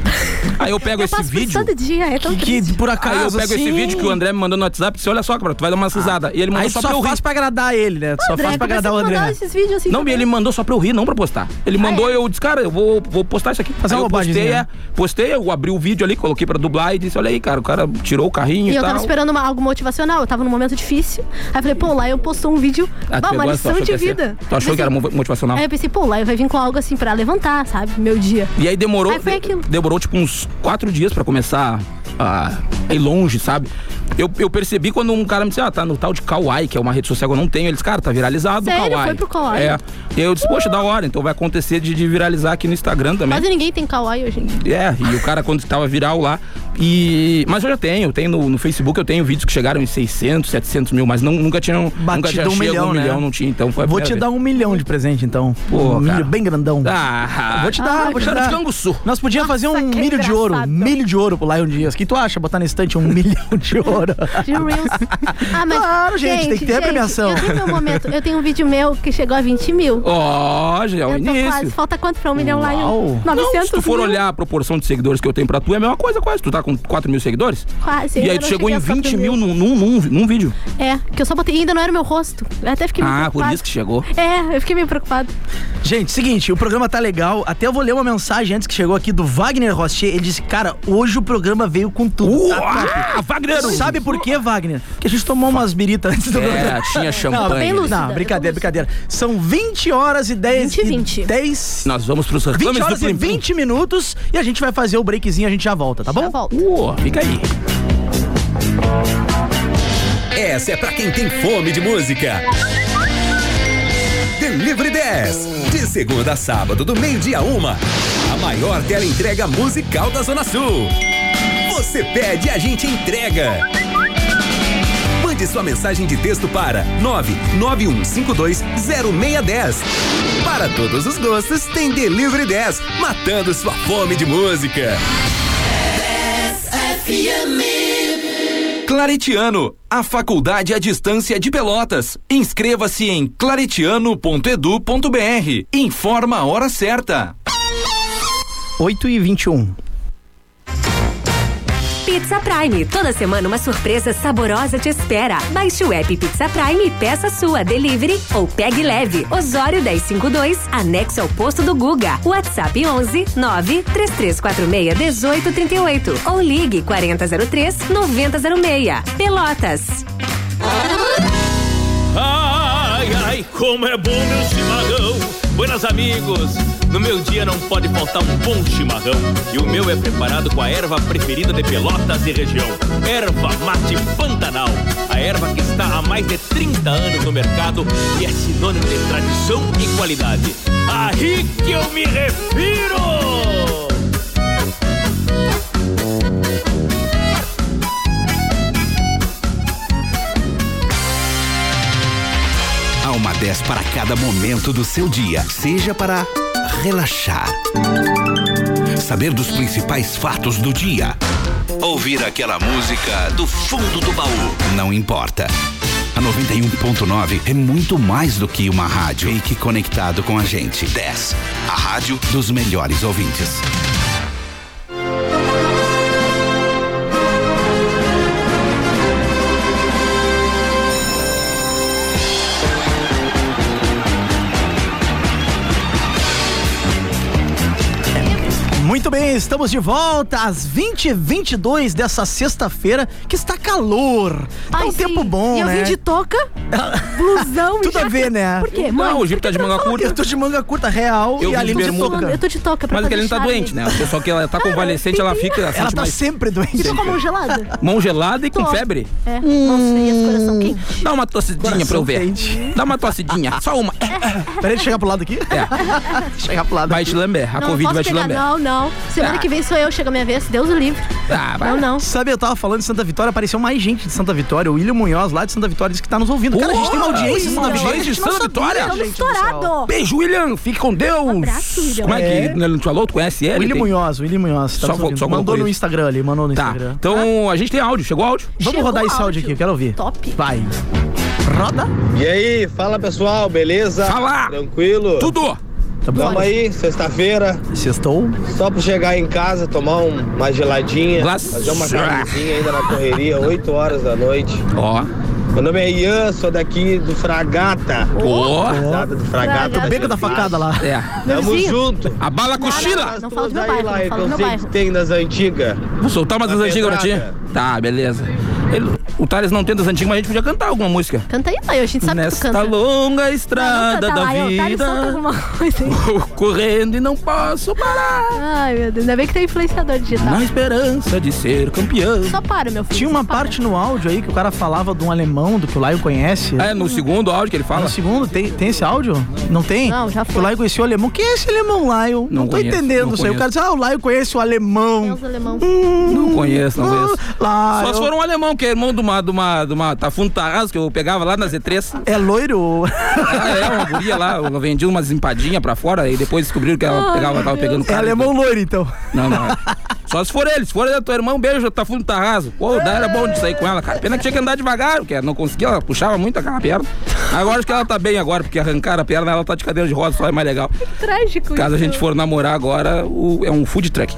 F: Aí eu pego
G: eu
F: esse
G: passo por
F: vídeo.
G: todo dia, é tão
E: Que
G: triste.
E: por
F: Aí Ah, eu
E: acaso.
F: pego esse
E: assim,
F: vídeo que o André me mandou no WhatsApp e disse, olha só, cara, tu vai dar uma risada. E ele mandou
E: Ah. Aí
F: só
E: só,
F: pra eu rir.
E: faz pra agradar ele, né? Tu só faz pra
G: começa
E: agradar
G: a
E: o André.
G: mandar esses vídeos assim
F: Não, e
G: também.
F: ele mandou só pra eu rir, não pra postar. Ele
G: Ah,
F: mandou,
G: é?
F: eu disse, cara, eu vou, vou postar isso aqui.
E: Fazer
F: Aí
E: uma
F: eu postei,
E: bobagemzinha.
F: é, postei, eu abri o vídeo ali, coloquei pra dublar e disse, olha aí, cara, o cara tirou o carrinho
G: E
F: e,
G: eu
F: tal.
G: tava esperando uma- algo motivacional, eu tava num momento difícil. Aí eu falei, pô, o Lion postou um vídeo,
F: Ah, tu
G: bah, uma
F: pegou essa, tu
G: lição
F: achou
G: de
F: que ia ser-
G: vida.
F: Tu achou que era
G: Assim,
F: mo- motivacional?
G: Aí eu pensei, pô, o Lion vai vir com algo assim pra levantar, sabe? Meu dia.
F: E aí demorou.
G: Aí foi aquilo.
F: Demorou tipo uns quatro dias pra começar a ir longe, sabe? Eu, eu percebi quando um cara me disse, ah, tá no tal de Kawaii, que é uma rede social que eu não tenho. Eles, cara, tá viralizado o
G: Sério?
F: Kawaii.
G: Foi pro Kawaii?
F: É. E aí eu disse, poxa, da hora, então vai acontecer de, de viralizar aqui no Instagram também.
G: Quase ninguém tem kawaii hoje em dia.
F: É, e o cara quando tava viral lá. E... Mas eu já tenho, eu tenho no, no Facebook, eu tenho vídeos que chegaram em 600, 700 mil, mas não, nunca tinham. nunca
E: Batido
F: tinha
E: um
F: chego
E: milhão,
F: um
E: né?
F: milhão, não tinha, então foi a
E: Vou te
F: primeira
E: dar um milhão de presente, então.
F: Pô,
E: um
F: cara.
E: milho bem grandão.
F: vez. Ah,
E: Vou te dar,
G: Ah,
E: vou te
F: cara,
E: dar.
F: de canguçu.
E: Nós podíamos fazer um
G: que
E: milho de ouro.
G: engraçado.
E: Milho de ouro pro Lion Dias. O que tu acha? Botar na estante um <laughs> milhão de ouro.
G: De
F: <laughs>
G: Reels. Ah, mas.
E: Claro, gente, tem que ter a premiação.
G: Eu tenho meu momento. Eu tenho um vídeo meu que chegou a 20 mil.
E: um.
F: Ó, já é o
G: eu tô quase.
F: início.
G: Falta quanto pra um milhão lá?
E: Uau.
G: Eu-
F: Não,
G: 900
F: se tu for
G: mil,
F: olhar a proporção de seguidores que eu tenho pra tu, é a mesma coisa quase. Tu tá com 4 mil seguidores?
G: Quase.
F: e
G: ainda
F: aí
G: não
F: tu chegou
G: cheguei
F: em
G: aos
F: 20
G: 4
F: mil num, num, num, num vídeo.
G: É, que eu só botei. Ainda não era o meu rosto. Eu até fiquei meio
F: Ah, por
G: preocupada.
F: isso que chegou.
E: Tá
G: É, eu fiquei meio preocupado.
E: Gente, seguinte, o programa tá legal. Até eu vou ler uma mensagem antes que chegou aqui do Wagner Rostier. Ele disse, cara, hoje o programa veio com tudo. tá
F: Uau, Wagner!
E: top." Sabe por quê, Wagner? Porque a gente tomou umas biritas antes do programa.
F: É, tinha
E: Não,
F: champanhe.
G: bem lúcido.
E: não, brincadeira, brincadeira. São 20 horas e 10
G: 20,
E: e
G: 20.
E: 10
F: Nós vamos pros
E: 20
F: reclames do
E: horas e
F: Plim Plim.
E: 20 minutos e a gente vai fazer o breakzinho, a gente já volta, tá bom?
G: Já volto.
F: Uou, fica aí.
A: Essa é pra quem tem fome de música. Delivery 10. De segunda a sábado, do meio-dia a uma. A maior tela entrega musical da Zona Sul. Você pede, a gente entrega. Mande sua mensagem de texto para 991520610. Para todos os gostos, tem Delivery 10, matando sua fome de música.
C: Claretiano, a faculdade à distância de Pelotas. Inscreva-se em claretiano.edu.br. Informa a hora certa.
E: 8 e 21.
I: Pizza Prime. Toda semana uma surpresa saborosa te espera. Baixe o app Pizza Prime e peça a sua delivery ou pegue leve. Osório 1052, anexo ao posto do Guga. WhatsApp 11 93346 1838 ou ligue 4003 9006. Pelotas.
J: Ai, ai, como é bom meu chimarrão. Buenas amigos, no meu dia não pode faltar um bom chimarrão. E o meu é preparado com a erva preferida de Pelotas e região. Erva mate Pantanal. A erva que está há mais de 30 anos no mercado e é sinônimo de tradição e qualidade. Aí que eu me refiro!
A: Há uma 10 para cada momento do seu dia, seja para relaxar, saber dos principais fatos do dia, ouvir aquela música do fundo do baú, não importa. A 91.9 é muito mais do que uma rádio. Fique conectado com a gente. 10. A rádio dos melhores ouvintes.
E: Muito bem, estamos de volta às 20h22 dessa sexta-feira, que está calor. Tá
G: Ai,
E: um
G: sim.
E: tempo bom,
G: E eu
E: né?
G: vim de
F: <laughs>
G: toca, blusão e
E: Tudo a
G: jaqueta.
E: ver, né?
G: Por quê? Mãe,
F: Não, o Jeep tá de manga
E: Eu
F: curta.
E: tô de manga curta real
F: Eu
E: e a
F: vim de
E: Aline de
F: bermuda.
E: toca.
G: eu tô de toca pra
F: Mas a
G: fazer
F: Kelly tá
G: charme.
F: doente, né? Só que ela tá convalescente, ela fica assim,
E: Ela tá
F: mais
E: sempre doente.
G: Tô com a mão gelada.
F: mão gelada e com
G: Tô.
F: febre. Hum.
G: É, nossa, e esse coração quente.
F: Dá uma tossidinha
E: Coração
F: pra eu ver.
E: quente.
F: Dá uma tossidinha, só uma.
E: Peraí, deixa eu chegar pro lado aqui.
F: É.
E: <laughs> Chegar pro lado
F: Vai
E: aqui.
F: te lamber, a
G: Não,
F: Covid
G: não
F: vai
G: posso pegar,
F: te lamber.
G: não, não. Semana
F: Ah.
G: que vem sou eu, chega a minha vez, Deus o livre.
F: Ah, vai.
G: Não, não.
E: Sabe, eu tava falando de Santa Vitória, apareceu mais gente de Santa Vitória. O William Munhoz lá de Santa Vitória disse que tá nos ouvindo. Cara, a gente tem uma audiência em Santa
F: Uma
E: Vitória.
F: audiência de Santa Vitória.
G: Estamos
E: gente do céu.
G: estourado.
F: Beijo, William. Fique com Deus.
G: abraço, William.
F: Como é que ele não te falou? Tu conhece ele?
E: William
F: Tem-
E: Munhoz, William Munhoz. Tá
F: Só
E: nos
F: vou-
E: ouvindo.
F: só
E: mandou
F: colocou
E: no
F: isso.
E: Instagram ali, mandou no
F: Tá.
E: Instagram.
F: Então a gente tem áudio. Chegou áudio?
E: Vamos
G: Chegou
E: rodar esse áudio,
G: áudio.
E: aqui, eu quero ouvir.
G: Top.
E: Vai. Roda.
K: E aí, fala pessoal, beleza?
F: Fala!
K: Tranquilo?
F: Tudo!
E: Tá bom.
K: Tamo aí, sexta-feira,
E: Sextou.
K: só pra chegar em casa, tomar um- uma geladinha,
F: Glace-
K: fazer uma carnezinha ainda na correria, 8 horas da noite.
F: Ó.
K: Meu nome é Ian, sou daqui do Fragata.
F: Ó.
K: Fragata do Fragata.
E: Beca Tá da facada lá.
F: É.
K: Tamo
G: Vizinho.
K: junto.
F: A bala cochila!
K: As
G: Não fala do
K: tuas
G: meu bairro,
K: aí,
G: não fala
K: Laia, que
G: do
K: eu
G: meu
K: sei
G: bairro.
K: que tem das antigas.
F: Vou soltar uma das
K: Tá
F: antigas pra ti.
K: pesada.
F: Tá, beleza. Ele- o Thales não tem das antigas, mas a gente podia cantar alguma música.
G: Canta aí, mãe, a gente sabe que tu
F: Nesta
G: canta.
F: longa
G: Não, não
F: estrada
G: canta
F: da
G: lá, eu, tá, ele solta
F: vida,
G: alguma coisa aí.
F: vou correndo e não posso parar.
G: Ai, meu Deus, ainda bem que tem influenciador digital.
F: Na esperança de ser campeão.
G: Só para, meu filho.
E: Tinha uma
G: só para.
E: parte no áudio aí que o cara falava de um alemão, do que o Laio conhece.
F: É, no segundo áudio que ele fala.
E: No segundo, tem, tem esse áudio? Não tem?
G: Não, já foi.
E: O Laio conhecia o alemão. Quem é esse alemão, Laio?
F: Não
E: tô
F: conheço,
E: entendendo
F: não
E: isso aí. O cara disse, ah, o Laio conhece o
G: Tem
E: alemão.
G: os alemão.
F: um.
G: Hum,
F: Não conheço, não conheço.
E: Ah, Laio.
F: Só se for um alemão, que é irmão de uma, de uma, de uma Tafuno Tarras, que eu pegava lá na Z3.
E: É loiro?
F: Ela é uma guria lá, eu vendia umas empadinhas pra fora e depois descobriram que ela pegava, tava pegando
E: É
F: cara.
E: alemão loiro, então.
F: Não, não. Só se for ele, se for ele, é teu irmão, beijo, tá fundo tarraso. Pô, daí era bom de sair com ela, cara. Pena que tinha que andar devagar, porque ela não conseguia, ela puxava muito aquela perna. Agora acho que ela tá bem agora, porque arrancaram a perna, ela tá de cadeira de rodas, só é mais legal.
G: Trágico
F: Caso a
G: isso.
F: gente for namorar agora, o- é um food
E: <laughs>
F: truck.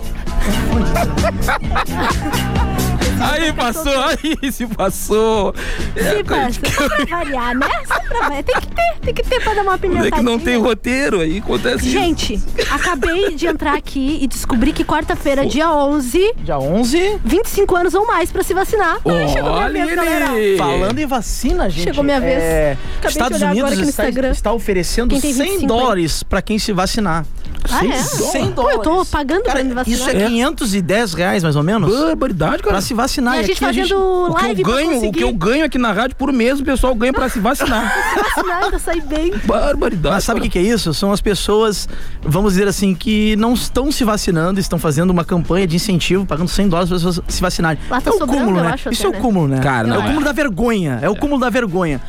F: aí passou, aí se passou. É,
G: Se
F: cara,
G: passa, só
F: <laughs>
G: pra variar, né? Só pra variar. Tem que ter, tem que ter pra dar uma
F: é
G: pimentadinha.
F: que não tem roteiro aí, acontece isso.
G: Gente, acabei de entrar aqui e descobri que quarta-feira, dia 11,
E: Dia 11.
G: 25 anos ou mais pra se vacinar. Ai, chegou minha vez, galera.
F: ele.
E: Falando em vacina, gente.
G: Chegou minha vez.
E: É,
G: de
E: Estados
G: olhar
E: Unidos
G: agora aqui no
E: está,
G: Instagram.
E: está oferecendo
G: Quem tem
E: 100
G: 25
E: dólares pra quem se vacinar.
G: Ah, é?
E: 100
G: Pô,
E: dólares.
G: eu tô pagando pra me vacinar.
E: Isso é 510 reais, mais ou menos.
F: Barbaridade, cara.
E: Pra se vacinar.
G: E a gente
E: aqui
G: fazendo
F: O que,
G: live
F: eu
G: pra
F: ganho, o
G: conseguir
F: que eu ganho aqui na rádio por mês, o pessoal ganha pra
E: <laughs>
F: se vacinar.
G: vacinar, ainda sair bem.
F: Barbaridade.
E: Mas sabe o que, que é isso? São as pessoas, vamos dizer assim, que não estão se vacinando, estão fazendo uma campanha de incentivo, pagando 100 dólares para as pessoas se vacinarem.
G: Lá tá
E: é o
G: sobrando,
E: cúmulo,
G: eu
E: né?
G: acho,
E: isso
G: até,
E: é o
G: né?
E: cúmulo, né?
F: Cara,
E: é
F: não,
E: o cúmulo
F: é.
E: da vergonha. É o cúmulo da vergonha.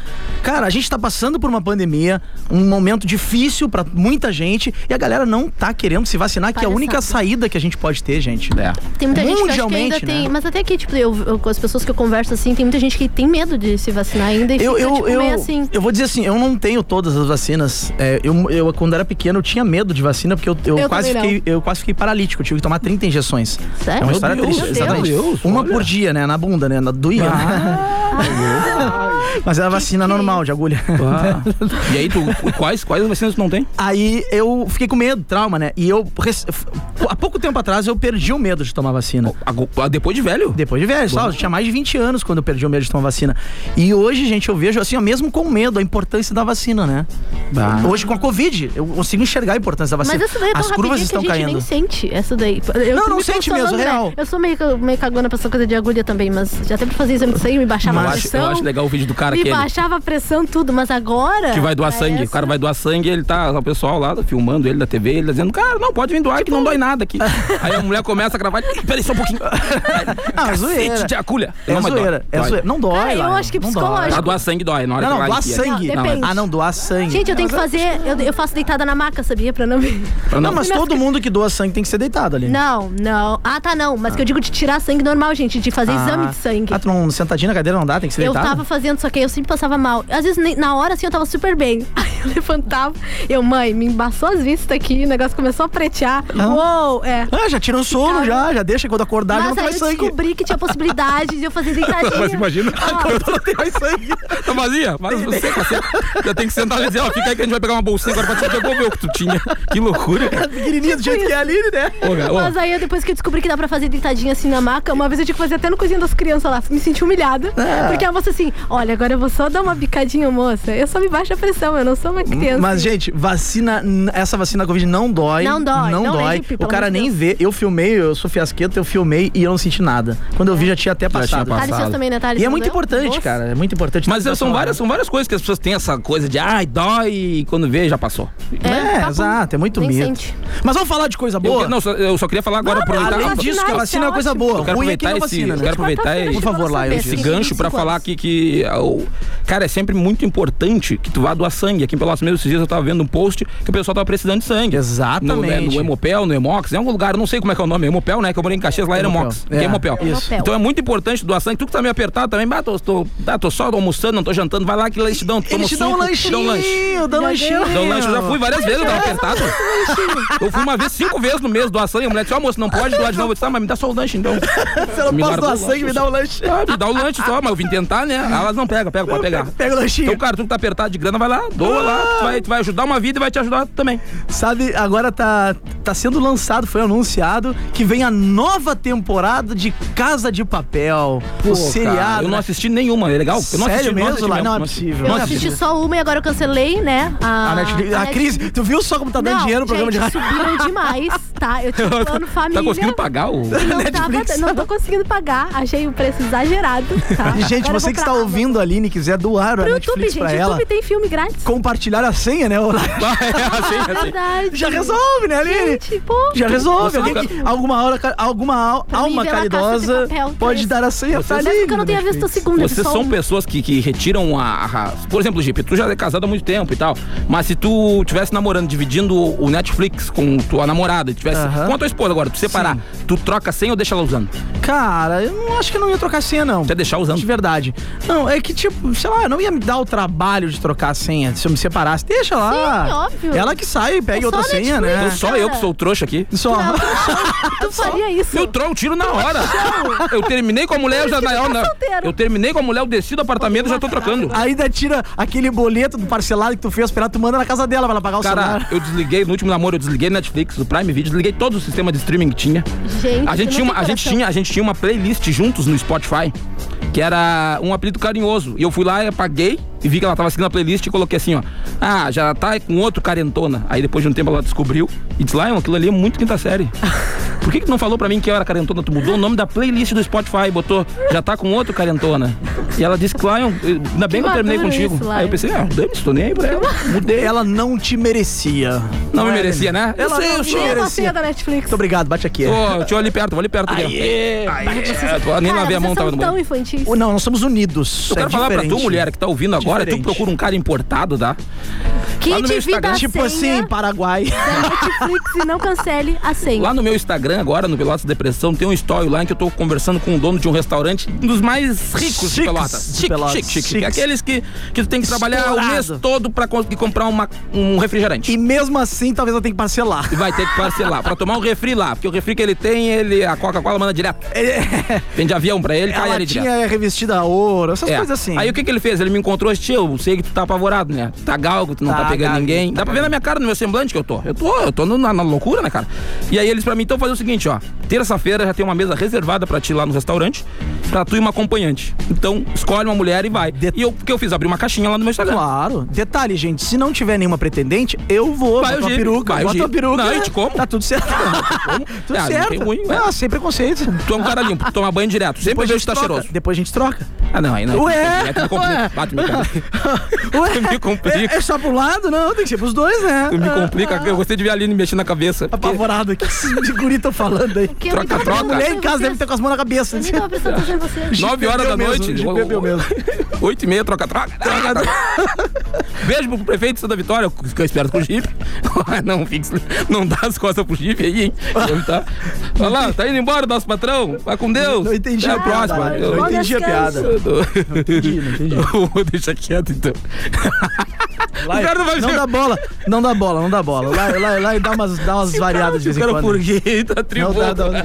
E: Cara, a gente tá passando por uma pandemia, um momento difícil para muita gente, e a galera não tá querendo se vacinar, que é a única saída que a gente pode ter, gente.
F: É.
G: Tem muita gente que eu acho que ainda
E: Mundialmente, né?
G: tem. Mas até que, tipo, eu, eu- com as pessoas que eu converso assim, tem muita gente que tem medo de se vacinar ainda e
E: Eu,
G: fica,
E: eu,
G: tipo,
E: eu,
G: meio assim.
E: eu vou dizer assim, eu não tenho todas as vacinas. É, eu, eu, quando era pequeno, eu tinha medo de vacina, porque eu, eu
G: Eu
E: quase,
G: também não.
E: fiquei, eu quase fiquei paralítico. Eu tive que tomar 30 injeções.
G: Sério?
E: É uma história
F: Meu Deus,
E: triste,
G: meu
E: exatamente.
F: Deus,
E: uma
F: olha.
E: por dia, né? Na bunda, né? Na, doía. Mas era vacina normal, de agulha.
F: Ah. E aí, tu, quais, quais vacinas tu não tem?
E: <laughs> Aí eu fiquei com medo, trauma, né? E eu, rec- há pouco tempo atrás, eu perdi o medo de tomar vacina.
F: Agu- ah, Depois de velho?
E: Depois de velho, só, eu tinha mais de 20 anos quando eu perdi o medo de tomar vacina. E hoje, gente, eu vejo assim, ó, mesmo com medo, a importância da vacina, né?
F: Bah.
E: Hoje com a Covid, eu consigo enxergar a importância da
G: Mas
E: vacina.
G: essa daí é tão
E: As curvas
G: rapidinha
E: estão
G: que a gente
E: caindo.
G: nem sente. Essa daí. Eu
E: Não,
G: tô
E: não
G: me
E: sente
G: consolando,
E: mesmo, é
G: né?
E: real.
G: Eu sou meio, ca- meio cagona pra essa coisa de agulha também, mas já até pra fazer exame de sangue, me baixava
F: eu,
G: a
F: acho,
G: pressão.
F: eu acho legal o vídeo do cara
G: me
F: que, ele-
G: baixava a pressão, tudo, mas agora.
F: que vai
E: Ah,
F: doar sangue. O cara vai doar sangue ele tá o pessoal lá filmando ele da TV, ele tá dizendo, cara, não, pode vir doar que
E: Tipo
F: não dói
E: <laughs>
F: nada aqui. aí a mulher começa a gravar, "Ih, peraí só um pouquinho.
E: Ah,
F: Cacete
E: zoeira.
F: de agulha.
E: É
F: mas dói,
E: zoeira, é
F: dói.
E: zoeira. Não dói,
G: Cara, eu
E: Laila,
G: acho que é
E: não dói.
G: psicológico.
F: Ah, doar sangue dói na hora
E: Não,
F: que é.
E: não,
F: ela
E: doar
F: enfia.
E: sangue.
G: Não, depende.
E: ah, não, doar sangue.
G: Gente, eu tenho que fazer. Eu, eu faço deitada na maca, sabia? Pra não me.
F: Pra
E: Não, mas todo mundo que doa sangue tem que ser deitado ali.
G: Não, não. Ah, tá, não. Mas que eu digo de tirar sangue normal, gente, de fazer
E: Ah.
G: exame de sangue.
E: Ah, tu não sentadinho na cadeira não dá, tem que ser
G: Eu
E: deitado.
G: tava fazendo, só que aí eu sempre passava mal. Às vezes, nem- na hora, assim, eu tava super bem. <laughs> Aí eu levantava, eu, mãe, me embaçou as vistas aqui, o negócio começou a pretear. Uou, é.
E: Ah, já tirou sono, já, já deixa quando acordar, já
G: Mas
E: não
G: aí
E: faz
G: eu
E: sangue.
G: descobri que tinha possibilidade de eu fazer deitadinha.
F: Mas imagina,
E: <laughs> Não tem mais
G: <laughs>
E: sangue.
F: <laughs> tá vazia, mas você, cacete. Já tem que sentar e dizer, ó, fica aí que a gente vai pegar uma bolsinha agora pra te devolver o que tu tinha. Que loucura, cara.
E: Pequenininho do jeito que é ali, né?
F: Ô, cara, ô,
G: Mas aí, depois que eu descobri que dá pra fazer deitadinha assim na maca, uma vez eu tinha que fazer até no cozinha das crianças lá. Me senti humilhada.
E: É.
G: Porque a moça assim, olha, agora eu vou só dar uma bicadinha, moça. Eu só me baixo a pressão, eu não sou uma criança.
E: Hum, Mas, gente, vacina, n- essa vacina da Covid não dói.
G: Não dói,
E: Não,
G: não
E: dói.
G: gripe,
E: o
G: pelo
E: cara
G: amor de
E: nem vê. Eu filmei, eu sou fiasqueta, eu filmei e eu não senti nada. Quando eu vi, já tinha até passado.
F: tinha
G: Tá licença
F: passado.
G: também, né, Thales?
E: E é
G: Não
E: muito
G: deu?
E: importante,
G: Nossa.
E: cara. É muito importante.
F: Mas
E: Tá
F: são
E: falando.
F: várias, são várias coisas que as pessoas têm essa coisa de ai, dói, e quando vê, já passou.
G: É,
E: É,
G: papo-
E: exato, é muito
G: nem
E: mito.
G: sente.
E: Mas vamos falar de coisa
F: Eu,
E: boa?
F: que- não, só- eu só queria falar agora,
G: Não,
F: aproveitar.
G: não,
E: Além
G: não,
E: disso,
G: vacinar,
E: que a vacina é
G: isso é
E: coisa
G: ótimo.
E: boa.
F: Eu quero
E: Ruim é quem não
F: aproveitar esse-
E: vacina,
F: eu
E: né?
F: quero aproveitar
G: Quarta-feira,
E: Por
F: esse-
E: favor,
G: vamos
E: Lion,
G: saber.
E: esse
F: esse gancho pra
G: 25
F: falar
G: anos.
F: aqui que ah, o- cara, é sempre muito importante que tu vá doar sangue. Aqui em Pelotas mesmo, esses dias eu tava vendo um post que o pessoal tava precisando de sangue.
E: Exatamente.
F: No, né, no Hemopel, no Hemox, em algum lugar, eu não sei como é que é o nome, Hemopel, né? Que eu morei em Caxias, lá era
E: Hemopel.
F: Hemox.
E: É,
F: que É, Hemopel.
E: isso.
F: Então é muito importante doar sangue. Tu que tá meio apertado também, bah, tô, tô, ah, tô só almoçando, não tô jantando, vai lá que eles te dão, tu toma
E: Eles te dão um
F: suco, te
E: lanchinho,
F: dão um lanche.
E: dá um
G: Meu
E: lanchinho.
G: Deus.
F: Dá um lanche, eu já fui várias vezes, eu tava apertado. Eu fui uma vez, cinco vezes no mês doar sangue, a mulher disse, ó moço, não pode doar de novo. Eu disse, tá, mas me dá só o lanche então.
E: Se eu não
F: Me
E: posso
F: largou
E: doar
F: lá,
E: sangue, me dá um lanche.
F: Ah, me dá o lanche só, mas eu vim tentar, né? Ah, Elas não pega, pega, pode pegar.
E: <laughs> Pega o lanchinho.
F: Então, cara, tu que tá apertado de grana, vai lá, doa lá, tu vai, tu vai ajudar uma vida e vai te ajudar também.
E: Sabe, agora tá, tá sendo lançado, foi anunciado, que vem a nova temporada de Casa de Papel. o seriado.
F: Cara, eu não
E: né?
F: assisti nenhuma, é legal? Eu
E: Sério
F: não assisti, não
E: mesmo,
F: assisti
E: Lai? Não é
F: assisti.
E: possível.
G: Eu
E: Nossa,
G: assisti
E: vida.
G: só uma e agora eu cancelei, né? A,
E: A, Netflix, a crise. Tu viu só como tá dando
G: Não,
E: dinheiro no programa de
G: gente,
E: rádio? <laughs>
G: subiram demais, tá? Eu tinha um plano família.
F: Tá conseguindo pagar o. <laughs>
G: Não, tava, não tô conseguindo pagar. Achei o preço exagerado, tá?
E: <laughs> Gente,
G: Agora eu
E: você
G: vou
E: que está
G: pra Amazon.
E: ouvindo a Aline e quiser doar a
G: Pro
E: Netflix
G: YouTube, gente.
E: pra ela,
G: YouTube tem filme grátis.
E: compartilhar a senha, né? <laughs> ô Lai?
F: Ah, é, assim,
G: É
F: assim.
G: verdade.
E: Já resolve, né, Aline?
G: Gente, pô.
E: Já resolve.
F: Você
E: Alguém
F: nunca-
E: que, alguma hora, ca- alguma al-
G: Pra mim,
E: alma
G: pela Casa de
E: caridosa
G: Papel,
E: pode
G: três.
E: dar a senha pra
G: Mas
E: Aline.
G: porque eu não tenho visto a
E: Netflix.
G: segunda
F: Vocês
G: só
F: são
G: um.
F: pessoas que, que retiram a, a- Por exemplo, Gipe, tu já é casado há muito tempo e tal. Mas se tu tivesse namorando, dividindo o o Netflix com tua namorada, e tivesse.
E: Aham.
F: Com a tua esposa agora, tu separar, tu troca a senha ou deixa ela usando?
E: Cara, eu não acho que eu não ia trocar a senha, não.
F: Você ia deixar usando?
E: De verdade. Não, é que, tipo, sei lá, eu não ia me dar o trabalho de trocar a senha se eu me separasse. Deixa lá.
G: Sim, óbvio.
E: Ela que sai e pega
G: É só
E: outra
G: a
E: senha,
F: Então
E: né?
G: Netflix.
F: só eu que sou o trouxa aqui.
E: Só.
G: Tu faria isso.
F: Eu troco o tiro na hora. Eu terminei com a mulher, eu já.
G: tiro
F: eu-
G: tá
F: não.
G: solteiro.
F: Eu terminei com a mulher, eu desci do apartamento e já tô
E: <laughs>
F: trocando.
E: Ainda tira aquele boleto do parcelado que tu fez pra ela, tu manda na casa dela pra ela pagar o
F: Cara,
E: celular.
F: eu desliguei, no último namoro, eu desliguei Netflix, o Prime Video, desliguei todo o sistema de streaming que tinha.
G: Gente,
F: A gente,
G: não
F: tinha uma,
G: tem
F: a, gente
G: coração.
F: tinha, a gente tinha uma playlist juntos no Spotify, que era um apelido carinhoso. E eu fui lá, apaguei e vi que ela tava seguindo a playlist e coloquei assim, ó. Ah, já tá com outro carentona. Aí depois de um tempo ela descobriu e disse, Lion, aquilo ali é muito
G: <laughs>
F: quinta série. Por que, que tu não falou pra mim que eu era carentona? Tu mudou o nome da playlist do Spotify, botou já tá com outro carentona. E ela disse, Lion, eu- ainda bem que, eu terminei
G: maduro
F: contigo.
G: isso, Lion.
F: aí eu pensei, ah, dane-se, tô nem aí pra ela. Mudei.
E: Ela não te merecia.
F: Não me merecia, né?
E: Ela
F: sei,
E: não
F: eu
E: te
F: sou-
G: Nem uma senha
E: merecia.
G: da Netflix.
E: Muito obrigado, bate aqui.
F: Ô, deixa eu ali perto, vou ali perto. ali, ó. É, tô- Nem
G: Cara,
F: lavei a mão,
G: vocês são
F: tava no banheiro.
G: tão infantis.
E: Não, nós somos unidos.
F: Eu
E: é
F: quero falar pra tu,
E: diferente.
F: mulher, que tá ouvindo agora, tu
E: Diferente.
F: que procura um cara importado, tá?
G: Que
F: Lá no meu
G: divida
F: Instagram,
G: a
E: Tipo
G: senha
E: assim,
G: <laughs>
E: Paraguai.
G: da Netflix e não cancele a senha.
F: Lá no meu Instagram, agora, no Pelotas Depressão, tem um story lá em que eu tô conversando com o dono de um restaurante, um dos mais ricos
E: Chiques
F: de Pelotas.
E: de
F: Chique,
E: Pelotas.
F: chique, chique,
E: Chiques.
F: Aqueles que, que tu tem que trabalhar o mês
E: Estourado.
F: todo pra conseguir comprar uma- um refrigerante.
E: E mesmo assim, talvez ela tenha que parcelar.
F: E vai ter que parcelar, pra tomar um refri lá, porque o refri que ele tem, ele a Coca-Cola manda direto. Vende avião pra ele,
E: A
F: cai ali direto.
E: latinha é revestida a ouro, essas
F: É.
E: coisas assim.
F: Aí o que, que ele fez? Ele me encontrou e disse, tio, eu sei que tu tá apavorado, né? Tu Tá galgo, tu não tá,
E: Tá
F: pegando
E: galgo,
F: ninguém.
E: tá
F: Dá pra ver na minha cara, no meu semblante que eu tô. Eu tô, eu tô no- na, na loucura, né, cara? E aí eles pra mim, então fazer o seguinte, ó. Terça-feira já tem uma mesa reservada pra ti lá no restaurante, pra tu e uma acompanhante. Então, escolhe uma mulher e vai. E eu, o que eu fiz? Abri uma caixinha lá no meu Instagram.
E: Claro. Detalhe, gente, se não tiver nenhuma pretendente, eu vou.
F: Vai,
E: boto
F: o
E: uma
F: Gipe,
E: peruca,
F: vai, o
E: bota uma
F: Gipe.
E: peruca.
F: Não, eu te como.
E: Tá tudo certo. <laughs> tudo
F: <laughs> Ah, não
E: certo.
F: tem ruim, né?
E: ah, sem preconceito.
F: Tu é um cara limpo, tu toma banho direto. Sempre
E: Depois
F: vejo
E: a gente
F: que tá
E: troca.
F: cheiroso.
E: Depois a gente
F: <laughs>
E: troca.
F: Ah, não, aí não.
E: Ué,
F: Aí tu me complica.
E: ué.
F: Ah, tu me
E: <laughs>
F: complica.
E: Ué,
F: me complica.
E: É, é só pro lado? Não, tem que ser pros dois, né?
F: Tu me complica. Eu gostei de ver a Aline mexendo na cabeça.
E: Ah, Apavorado, o
F: <laughs>
E: que esses guri estão falando aí?
F: Tá.
G: Porque eu nem tava
F: troca,
G: prestando
F: troca.
E: Mulher
G: atenção
E: em casa deve
G: vocês.
E: ter com as mãos na cabeça.
G: Eu nem tava prestando atenção em vocês.
F: 9 horas da
E: Bebeu mesmo,
F: noite.
E: de bebeu
F: <laughs>
E: mesmo.
F: 8 e meia,
E: <laughs>
F: troca, troca. troca, troca. Beijo pro prefeito de Santa Vitória, que eu espero com o Jeep. <laughs> Não, fix, não dá as costas pro Jeep aí, hein? Então Tá. Olha lá, tá indo embora o nosso patrão. Vai com Deus.
E: Não entendi
F: Até
E: a
F: a próxima.
E: piada.
F: Eu-
E: Não entendi a piada.
F: do... entendi, não <laughs> entendi. Deixa quieto,
E: <laughs>
F: então.
E: Lá, o cara não vai Não dá bola, não dá bola, não dá bola. Lá, lá, lá e dá umas, dá umas
F: <laughs>
E: variadas de vez em quando.
F: por gay, tá
E: Não
F: tributo.
E: dá, dá, dá.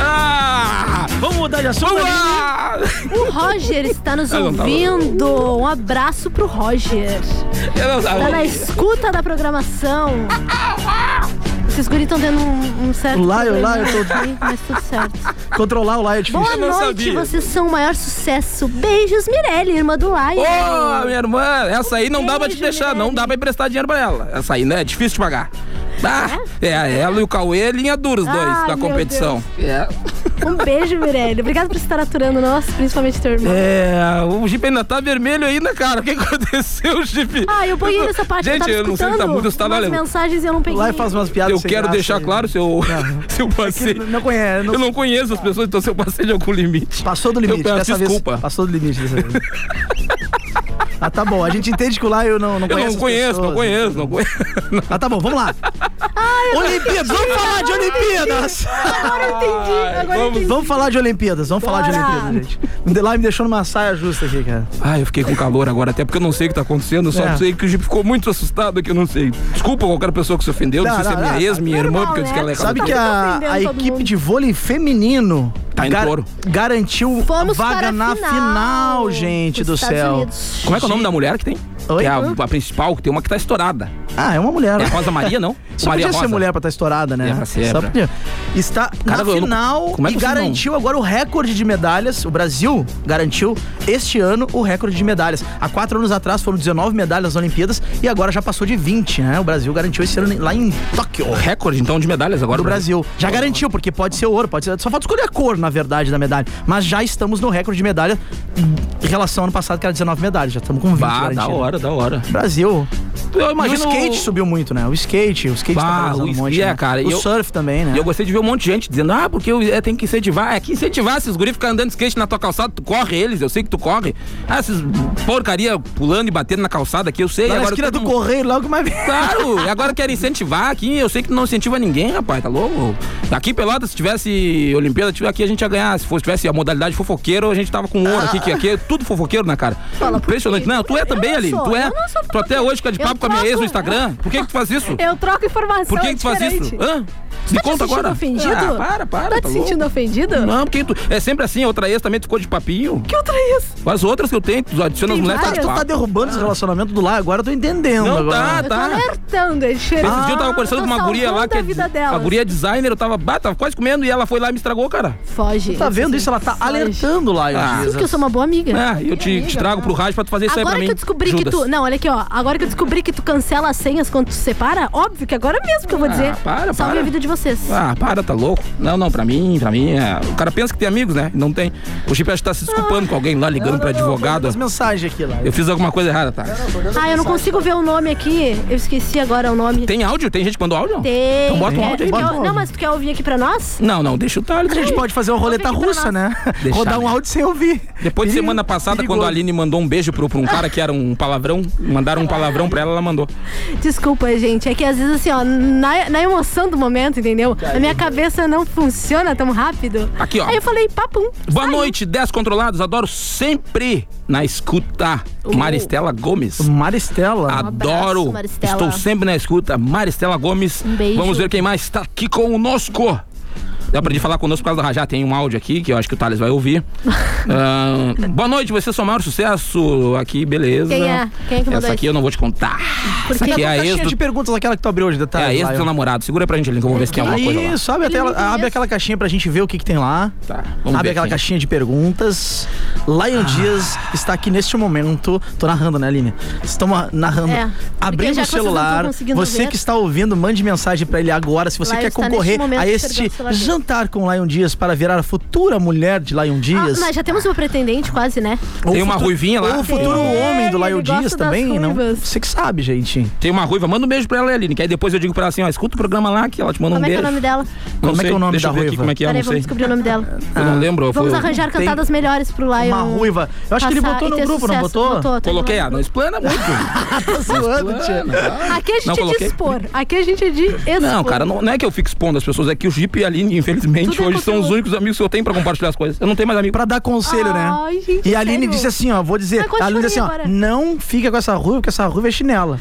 F: Ah!
E: Vamos mudar de assunto?
F: Vamos
E: Aline?
F: lá!
G: O Roger está nos
F: Ah, não, tá bom.
G: ouvindo. Um abraço pro Roger.
F: Eu não tava-
G: Tá na escuta da programação. Esses guris estão tendo um, um certo.
E: O Laio,
G: problema
E: Laio, tô-
G: aqui, Mas tudo
F: <laughs>
G: certo.
E: Controlar o lá é difícil.
G: Boa
F: não
G: noite,
F: sabia.
G: vocês são o maior sucesso. Beijos, Mirelle, irmã do Laio.
F: Ô, minha irmã, essa aí não dá pra te
G: Beijo,
F: deixar, não
G: Mirelle.
F: dá pra emprestar dinheiro pra ela. Essa aí, né? É difícil de pagar. Ah, é, ela e o Cauê, linha dura os dois
G: Ah,
F: da
G: meu
F: competição. É.
G: Um beijo, Mirelle. Obrigada por estar aturando nós, principalmente teu irmão.
F: É, o Jeep ainda tá vermelho ainda, cara. O que <laughs> aconteceu, Jeep?
G: Ah, eu peguei nessa parte.
F: Gente,
G: eu, tava
F: eu não sei o que tá
G: escutando
F: muito, você tava
G: umas
F: lendo.
G: mensagens e eu não
E: O
G: peguei.
E: lá faz umas piadas
F: Eu
E: sem
F: quero
E: graça
F: deixar
E: aí.
F: claro se eu, <laughs> se eu passei.
E: Não, não conhece, não-
F: Eu não conheço as pessoas, então se eu passei de algum limite.
E: Passou do limite.
F: Eu peço
E: dessa
F: desculpa.
E: Vez, passou do limite dessa
F: <laughs>
E: vez. Ah, tá bom. A gente entende que o Laio não, não
F: Eu
E: conhece.
F: não
E: as
F: conheço,
E: pessoas.
F: não conheço, não conheço.
E: Ah, tá bom, vamos
F: <laughs>
E: lá. Olimpíadas, vamos falar de Olimpíadas!
G: Agora eu entendi. Agora eu
F: vamos-
G: entendi.
E: Vamos falar de Olimpíadas, vamos falar de
G: Bora.
E: Olimpíadas, gente. O The Lime deixou numa saia justa aqui, cara.
F: Ah, eu fiquei com calor agora, até porque eu não sei o que tá acontecendo, eu só
E: É.
F: sei que o Jeep ficou muito assustado que eu não sei. Desculpa qualquer pessoa que se ofendeu, não,
E: Não,
F: sei se é
E: não,
F: minha
E: não,
F: ex, minha irmã,
G: normal,
F: porque eu disse que
G: né?
F: ela é
E: Sabe que
F: casada.
G: tá
E: a,
G: ofendendo
E: a
G: todo
E: equipe
G: mundo.
E: de vôlei feminino
F: Tá em touro.
E: garantiu
G: Fomos para
E: vaga
G: a
E: na
G: final,
E: final, gente
G: os
E: do
G: Estados
E: céu.
G: Unidos.
F: Como é que é o nome da mulher que tem?
E: Oi?
F: Que é a, a principal, que tem uma que tá estourada.
E: Ah, é uma mulher.
F: É a Rosa
E: <laughs>
F: Maria, não?
E: Só
F: Maria
E: podia
F: Rosa.
E: ser mulher pra estar estourada, né?
F: É, pra ser,
E: Só
F: pra-
E: podia. Está
F: Cara,
E: na
F: eu não-
E: final
F: como é que
E: e
F: vocês não-
E: garantiu agora o recorde de medalhas. O Brasil garantiu este ano o recorde de medalhas. Há quatro anos atrás foram 19 medalhas nas Olimpíadas e agora já passou de 20, né? O Brasil garantiu esse ano lá em Tóquio.
F: Recorde, então, de medalhas agora.
E: Do Brasil. Já garantiu, porque pode ser ouro, pode ser. Só falta escolher a cor, na verdade, da medalha. Mas já estamos no recorde de medalha em relação ao ano passado, que era 19 medalhas. Já estamos com 20
F: Bah,
E: garantidas.
F: Ah, da hora, da hora.
E: Brasil.
F: Eu
E: Mas
F: imagino...
E: o skate subiu muito, né? O skate, o skate
F: Bah,
E: tá
F: o
E: um monte,
F: skate, é,
E: né?
F: cara,
E: O
F: e eu-
E: surf também, né?
F: E eu gostei de ver um monte de gente dizendo, ah, porque eu, é, tem que incentivar. É que incentivar, se os guris ficam andando de skate na tua calçada, tu corre eles, eu sei que tu corre. Ah, esses porcaria pulando e batendo na calçada aqui, eu Tá, sei.
E: Lá na
F: agora
E: esquina
F: todo
E: do
F: mundo-
E: correio, logo
F: <laughs>
E: mais...
F: Claro, e agora quero incentivar aqui. Eu sei que tu não incentiva ninguém, rapaz, tá louco? Aqui em Pelotas, se tivesse Olimpíada, tivesse- aqui a gente ia ganhar. Se fosse, tivesse a modalidade fofoqueiro, a gente tava com ouro aqui, que aqui é tudo fofoqueiro, né, cara?
G: Fala por
F: Impressionante.
G: quê?
F: Não, tu é
G: Eu
F: também,
G: não
F: ali.
G: sou,
F: Tu é.
G: eu não sou
F: Tu até
G: fofoqueira.
F: hoje fica de
G: Eu
F: papo com a minha
G: troco-
F: ex no Instagram. Por que que tu faz isso?
H: Eu troco informação.
F: Por que, que tu faz
H: diferente.
F: isso? Hã?
H: Tá
F: Me
H: te
F: conta
H: sentindo
F: agora.
H: ofendido?
F: Ah, para, para.
H: Tá te
F: louco?
H: sentindo ofendido?
F: Não, porque tu. É sempre assim, a outra ex também tu ficou de papinho.
H: Que outra é isso?
F: As outras que eu tenho, tu adiciona as
H: Tem
F: mulheres.
H: várias.
E: Tu tá
F: papo.
E: derrubando esse relacionamento do lá, agora eu tô entendendo.
F: Não
E: agora.
F: tá,
H: Eu tô
F: tá.
H: alertando, é diferente.
F: Esses dias eu
H: Ah,
F: tava conversando
H: tô
F: com uma guria lá
H: salvando
F: que
H: a
F: é,
H: vida dela.
F: a guria é designer, eu tava, bah, tava quase comendo e ela foi lá e me estragou, cara.
G: Foge.
E: Tu tá vendo isso? Ela tá alertando lá,
F: Ah.
E: Dias.
G: Sim, que eu sou uma boa amiga.
F: Ah, eu te, te trago pro rádio pra tu fazer isso aí é pra
G: Agora
F: mim.
G: que eu descobri que tu.
F: Judas.
G: Não, olha aqui, ó. Agora que eu descobri que tu cancela as senhas quando tu separa, óbvio que agora mesmo que eu vou dizer.
F: Ah, para,
G: Salve
F: para.
G: a vida de vocês.
F: Ah, para, tá louco? Não, não, pra mim, pra mim, é... o cara pensa que tem amigos, né? Não tem. O Chip acho que tá se desculpando com alguém
G: Ah.
F: lá, ligando pra advogada.
E: As mensagens aqui lá.
F: Eu fiz alguma coisa errada, tá?
G: Ah, eu não consigo ver o nome aqui. Eu esqueci agora o nome.
F: Tem áudio? Tem gente que mandou áudio?
G: Tem.
F: Então bota um
G: Quer-
F: áudio aí.
G: quer-
F: bota um
G: Não,
F: áudio.
G: mas tu quer ouvir aqui pra nós?
F: Não, não, deixa o Thales.
E: A gente pode fazer uma roleta
G: aqui pra
E: russa,
G: nós.
E: né?
F: Deixar,
E: Rodar um
F: né?
E: áudio sem ouvir.
F: Depois
E: Perigo-
F: de semana passada,
E: perigoso.
F: quando a Aline mandou um beijo pro, pra um cara que era um palavrão, mandaram um palavrão pra ela, ela mandou.
G: Desculpa, gente. É que às vezes, assim, ó, na, na emoção do momento, entendeu? A minha cabeça não funciona tão rápido.
F: Tá, Aqui, ó.
G: Aí eu falei, papum.
F: Boa
G: saiu.
F: noite, 10 controlados, adoro sempre na escuta.
G: Uh.
F: Maristela Gomes.
E: Maristela. Tá
F: Adoro.
G: Um Maristela.
F: Estou sempre na escuta. Maristela Gomes.
G: Um beijo.
F: Vamos ver quem mais está aqui conosco. Eu aprendi a falar conosco por causa da Rajá. Tem um áudio aqui que eu acho que o Thales
G: <laughs>
F: vai ouvir. Ah, boa noite, vocês são o maior sucesso aqui, beleza.
G: Quem é? Quem é que mandou
F: Essa
G: isso?
F: aqui eu não vou te contar.
G: Por
F: Essa
G: quê?
F: aqui é a ex
E: Caixinha de
F: do,
E: perguntas aquela que tu abriu hoje,
F: é a
E: detalhe.
F: ex do teu namorado. Segura pra gente ali que eu vou ver se tem alguma coisa lá.
E: Tá, Isso, abre, a tela-
G: Ele não
E: abre
G: conhece.
E: aquela caixinha pra gente ver o que, que tem lá.
F: Tá, vamos
E: abre
F: ver Ah.
E: aquela
F: quem.
E: caixinha de perguntas. Lion Dias está aqui neste momento. Tô narrando, né, Aline? Estamos narrando.
G: É, porque
E: Abrindo
G: já
E: o
G: que vocês não
E: celular.
G: tão conseguindo
E: Você
G: ver.
E: que está ouvindo, mande mensagem pra ele agora. Se você
G: Lion
E: quer
G: está neste
E: concorrer
G: momento
E: a este
G: enxergando o celular dele.
E: jantar com o Lion Dias para virar a futura mulher de Lion
G: Ah,
E: Dias.
G: nós já temos uma pretendente quase, né?
E: Ou
F: Tem uma
E: futu-
F: ruivinha lá.
E: Ou o futuro
G: Tem,
E: homem do
G: ele
E: Lion
G: gosta
E: Dias
G: das
E: também, não?
G: ruivas.
E: Você que sabe, gente.
F: Tem uma ruiva, manda um beijo pra ela, Aline, que aí depois eu digo pra ela assim, ó, escuta o programa lá que ela te manda
G: Como
F: um
G: é que é
F: beijo.
G: o nome dela?
F: Não
E: Como é que é o nome
F: deixa eu
E: da
F: ver aqui
E: ruiva?
F: Como é que é,
G: Peraí,
F: não sei.
G: vamos descobrir o nome dela.
F: Eu não lembro. eu
G: Vamos
F: fui-
G: arranjar
E: tem
G: cantadas melhores pro Lion.
E: Uma ruiva. Eu acho que ele
G: passar
E: botou
G: e
E: no
G: ter
E: grupo, não
G: sucesso.
E: botou?
G: tá
F: Coloquei,
G: no
F: ah, não explana muito.
E: Tá <laughs> zoando, tia.
G: Aqui a
F: Não
G: gente é de
F: coloquei.
G: expor. Aqui a gente é de expor.
F: Não, cara, não, não é que eu fico expondo as pessoas, é que o Jeep e a Aline Infelizmente, hoje são os únicos amigos que eu tenho pra compartilhar as coisas. Eu não tenho mais amigo.
E: Pra dar conselho,
G: Ai,
E: né?
G: gente,
E: e a Aline
G: sério?
E: disse assim, ó, vou dizer.
G: Mas continue
E: a Aline disse assim, ó,
G: agora. Ah,
E: não fica com essa ruiva, porque essa ruiva é chinela.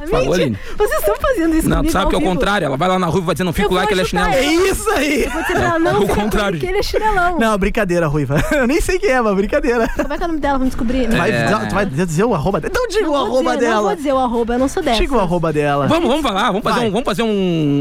G: Mentira!
F: Falou, Aline.
G: mentira. Vocês estão fazendo isso
F: Não, tu
G: comigo
F: sabe
G: ao
F: que é o
G: vivo?
F: contrário. Ela vai lá na rua e vai dizer, não fico
G: Eu
F: lá
G: vou
F: que ele é
G: chutar
F: chinelo.
E: É isso aí!
G: Eu vou dizer pra ela, não,
F: É o
G: fica com
F: contrário.
G: ele, que ele é chinelão.
E: Não, brincadeira, Ruiva. <laughs> Eu nem sei quem é, mas brincadeira.
G: Como é que é o nome dela? Vamos descobrir.
E: Vai,
F: É.
E: tu vai dizer o arroba dela. Então diga o
G: Vou
E: arroba
G: dizer, Não
E: dela.
G: vou dizer o arroba, eu não sou dessa.
E: Diga o arroba dela.
F: Vamos, vamos falar, vamos fazer
E: Vai.
F: um. Vamos fazer um.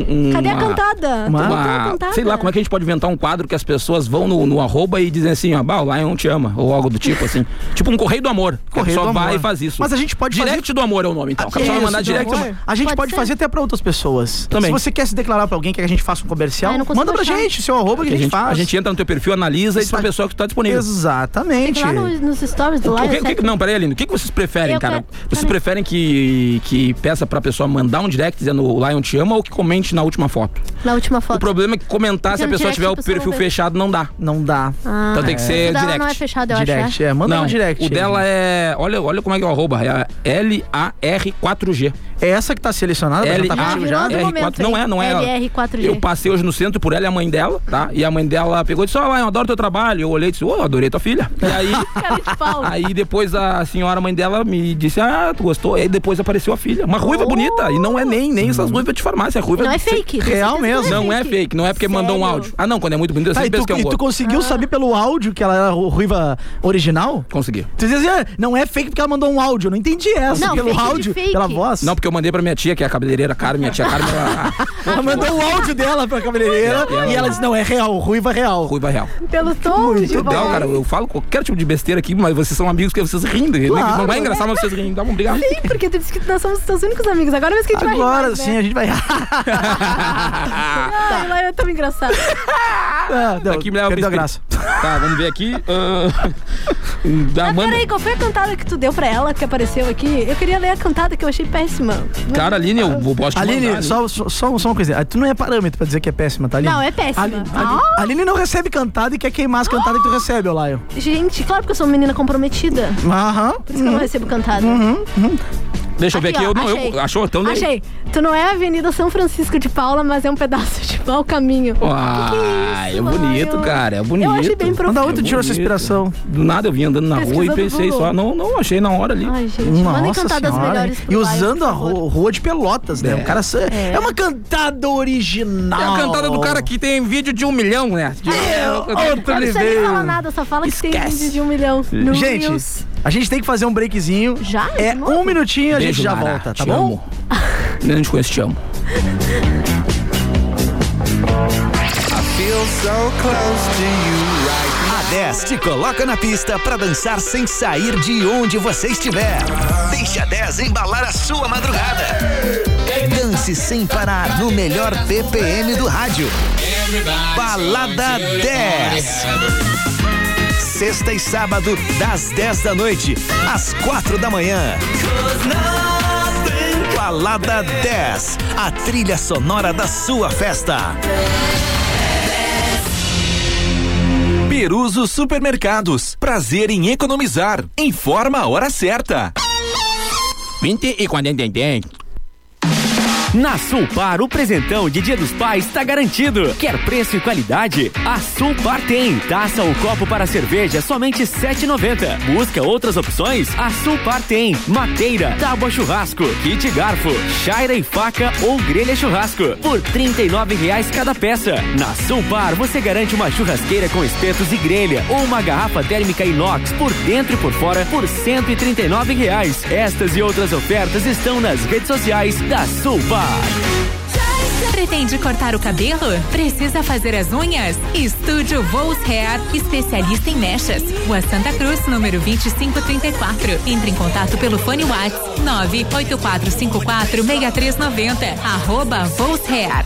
F: um-
G: Cadê a
F: uma-
G: cantada?
E: uma-
G: Não tem
F: uma-
G: cantada.
F: sei lá, como é que a gente pode inventar um quadro que as pessoas vão no, no arroba e dizem assim, ó, bah, o Lion te ama, ou algo do tipo assim. tipo um Correio do Amor.
E: Correio
F: Só
E: do
F: vai
E: Amor.
F: e faz isso.
E: Mas a gente pode fazer-
F: Direct do Amor é o nome, então. A pessoa vai
E: Isso,
F: mandar
E: do
F: direct. do
E: amor.
F: Amor.
E: A gente
G: Pode
E: pode
G: ser?
E: fazer até pra outras pessoas.
F: Também.
E: Se você quer se declarar pra alguém, quer que a gente faça um comercial,
G: Ah, eu não consigo
E: manda pra
G: achar.
E: gente, seu arroba que
F: A
E: a gente,
F: gente,
E: faz.
F: a gente entra no teu perfil, analisa e diz pra
E: Está-
F: pessoa que tu tá disponível.
E: Exatamente.
G: Lá no- nos stories do
F: O que-
G: Lion, né?
F: o que- o que- não, peraí, Aline. O que, que vocês preferem,
G: Eu
F: cara?
G: quero-
F: Vocês
G: peraí.
F: preferem que, que peça pra pessoa mandar um direct dizendo o Lion te ama ou que comente na última foto?
G: na última
F: O
G: foto.
F: problema é que comentar
G: Porque
F: se a
G: no
F: pessoa
G: direct
F: tiver
G: a
F: o
G: pessoa não
F: perfil
G: vê.
F: fechado não dá.
E: Não dá.
G: Ah,
F: Então tem que ser
G: o dela
F: direct.
G: não é fechado, eu acho.
E: direct,
G: né?
E: é. Manda
F: não,
E: um direct.
F: o dela é. Olha, olha como é que é o arroba. É L-A-R-4G.
E: É essa que tá selecionada
F: É,
E: pra já tá
G: Ah,
E: contigo já?
G: virou-
F: L-A-R-4. Não é, não é.
G: LR4G.
F: Eu passei hoje no centro por ela e a mãe dela, tá? E a mãe dela pegou e disse: Ó, Lion, adoro teu trabalho. Eu olhei e disse: Ô, adorei tua filha. E aí.
G: Cara de Tá pau.
F: Aí depois a senhora, mãe dela, me disse: Ah, tu gostou? Aí depois apareceu a filha. Uma ruiva
G: Oh!
F: bonita. E não é nem, nem essas ruivas de farmácia. É ruiva
G: Não é fake.
E: Real mesmo.
F: Não é fake, não é porque mandou um
G: Sério?
F: áudio. Ah, não, quando é muito bonito, eu
E: Tá, e
F: sempre
E: tu,
F: penso que é um
E: e tu
F: outro.
G: Ah.
E: conseguiu saber pelo áudio que ela era ru- ruiva original?
F: Consegui.
E: Tu dizia assim, ah, não é fake porque ela mandou um áudio. Eu não entendi essa.
G: Não,
E: pelo
G: fake de
E: áudio,
G: fake.
E: pela voz.
F: Não, porque eu mandei pra minha tia, que é a cabeleireira Carmen. Minha tia Carmen ela- é
E: ela mandou o áudio dela pra cabeleireira
F: Ela-
E: e ela disse, não, é real, ruiva real.
F: ruiva real.
G: Pelo tom de voz.
F: Tudo legal, cara. Eu falo qualquer tipo de besteira aqui, mas vocês são amigos que vocês rindem.
E: Claro,
F: não é engraçado, mas vocês rindem. Dá um obrigado.
G: né? Sim, porque tu disse que nós somos os teus únicos amigos. Agora mesmo que a gente vai rir
E: Agora
G: mais,
E: sim tá.
G: Né?
E: a gente vai.
G: <laughs> Ah, ela é tão engraçada.
E: Ah, não,
F: Aqui me leva pro
E: perdeu a
F: espelho.
E: graça.
F: Tá, vamos ver aqui. Ah, <laughs> da
G: Ah,
F: <laughs> Amanda.
G: peraí, qual foi a cantada que tu deu pra ela que apareceu aqui? Eu queria ler a cantada que eu achei péssima.
F: Cara, Aline, eu vou- posso te mandar,
E: Aline,
F: né?
E: só, só, só- só uma coisinha. Ah, Tu não é parâmetro pra dizer que é péssima, tá, Aline?
G: Não, é péssima. Ah?
E: Aline, Aline- Aline não recebe cantada e quer queimar as cantadas que tu recebe, ô Laio.
G: Gente, claro que eu sou uma menina comprometida.
E: Aham.
G: Por isso que eu não recebo cantada.
E: Uhum.
F: Deixa eu ver
G: Aqui,
F: aqui.
G: ó,
F: eu, não,
G: achei.
F: eu, achou? Então lê.
G: Achei. Tu não é a Avenida São Francisco de Paula, mas é um pedaço de mau caminho. é
F: Ah,
G: isso,
F: é bonito,
G: Lion?
F: cara. É bonito.
G: Eu achei bem
E: Mas da
G: profundo.
E: onde tu
F: É
E: tirou essa
F: bonito.
E: inspiração?
F: Do nada eu vim andando na rua e
G: Pesquisando
F: pensei
G: no Google.
F: só. Não, não achei na hora ali.
G: Ai, gente, mandem
E: Nossa
G: cantadas
E: senhora.
G: melhores pro
E: E
G: Lion,
E: usando
G: por
E: a
G: favor.
E: rua, rua de pelotas, né? O cara sa- é. uma cantada original.
F: É a cantada do cara que tem vídeo de um milhão, né? De-
E: Outro
G: Não precisa nem
E: nível.
G: falar nada, só fala que tem
E: Esquece.
G: vídeo de um milhão. No
E: Gente,
G: Reels.
E: a gente tem que fazer um breakzinho.
G: Já?
E: É
G: De novo?
E: um minutinho e a
F: Beijo,
E: gente já
F: Mara,
E: volta, tá
F: te
E: bom? <laughs>
F: Amo. Nem te conheço, te amo.
A: A 10 te coloca na pista pra dançar sem sair de onde você estiver. Deixe a 10 embalar a sua madrugada. Dance sem parar no melhor BPM do rádio. Balada 10. Sexta e sábado, das 10 da noite às 4 da manhã. Balada 10, a trilha sonora da sua festa.
C: Peruso Supermercados. Prazer em economizar. Informa a hora certa.
F: 20 e 40.
L: Na Sulpar, o presentão de Dia dos Pais está garantido. Quer preço e qualidade? A Sulpar tem. Taça ou copo para cerveja somente 7,90. Busca outras opções? A Sulpar tem. Mateira, tábua churrasco, kit garfo, chaira e faca ou grelha churrasco. Por R$ 39,00 cada peça. Na Sulpar, você garante uma churrasqueira com espetos e grelha ou uma garrafa térmica inox por dentro e por fora por R$ 139,00. Estas e outras ofertas estão nas redes sociais da Sulpar.
M: Pretende cortar o cabelo? Precisa fazer as unhas? Estúdio Vols Hair, especialista em mechas. Rua Santa Cruz, número 2534. Entre em contato pelo fone Whats 984546390. Arroba Vols Hair.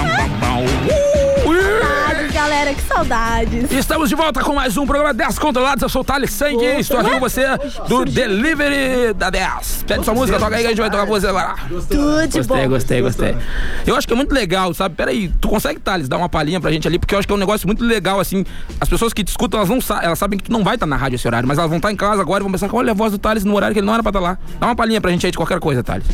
F: bam.
G: Saudades, galera. Cara, que saudades.
F: Estamos de volta com mais um programa 10 Controlados. Eu sou o Thales Sangue e estou aqui com você do Delivery da 10. Pede sua música, toca aí que a gente vai tocar com você agora.
G: Tudo de
F: Gostei,
G: bom.
F: gostei, gostei. Eu acho que é muito legal, sabe? Peraí, tu consegue, Thales, dar uma palhinha pra gente ali? Porque eu acho que é um negócio muito legal, assim. As pessoas que te escutam, elas, não sa- elas sabem que tu não vai estar na rádio esse horário, mas elas vão estar em casa agora e vão pensar, olha a voz do Thales no horário que ele não era pra estar lá. Dá uma palhinha pra gente aí de qualquer coisa, Thales.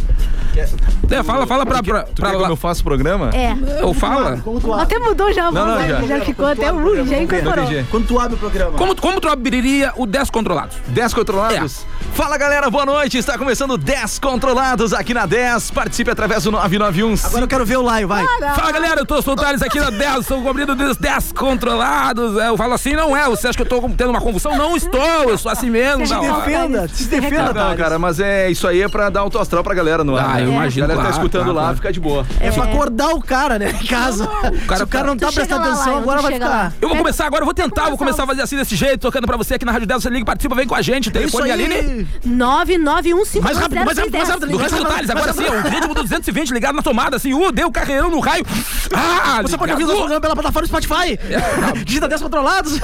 F: É, fala, fala pra... pra, pra
N: como eu faço o programa?
G: É.
F: Ou fala.
G: Até mudou já, a
N: Não,
G: voz,
N: não,
G: né?
N: já.
G: já ficou até ruim, já incorporou.
E: Quando tu abre o programa.
F: Como, como tu abriria o 10 Controlados? É.
N: 10 Controlados? Fala galera, boa noite. Está começando o 10 Controlados aqui na 10. Participe através do 991. Agora eu quero ver o live, vai.
F: Fala galera, eu tô sou o Thales aqui na 10, sou o cobrido dos 10 controlados. É, Eu falo assim, não é? Você acha que eu tô tendo uma confusão? Não estou, eu sou assim mesmo.
N: Se
F: da hora.
N: defenda,
E: se
N: Não, não,
G: tá,
N: cara, mas é isso aí é pra dar alto astral pra galera no ar.
F: Ah, eu
N: né?
F: imagino,
N: A galera tá
F: claro,
N: escutando
F: claro,
N: lá,
F: claro.
N: fica de boa.
E: É pra acordar o cara, né? Em casa. Se o cara não tá
G: Tu chega
E: prestando
G: lá,
E: atenção,
G: Lion,
E: agora
G: tu
E: vai
G: chega
E: ficar.
G: lá.
F: Eu vou começar agora, eu vou tentar, vou começar a fazer assim desse jeito, tocando pra você aqui na Rádio 10, você liga, participa, vem com a
E: É
F: gente. Telefone Aline.
G: 991
F: Mais rápido, mais rápido, mais rápido. Do Rádio Detalhes, agora sim, um ritmo do 220 ligado na tomada, assim, uh, deu carreirão no raio. Ah,
E: Você pode ouvir o
F: ligado.
E: nosso programa pela plataforma Spotify.
F: <laughs>
E: Digita 10
G: <laughs>
E: controlados.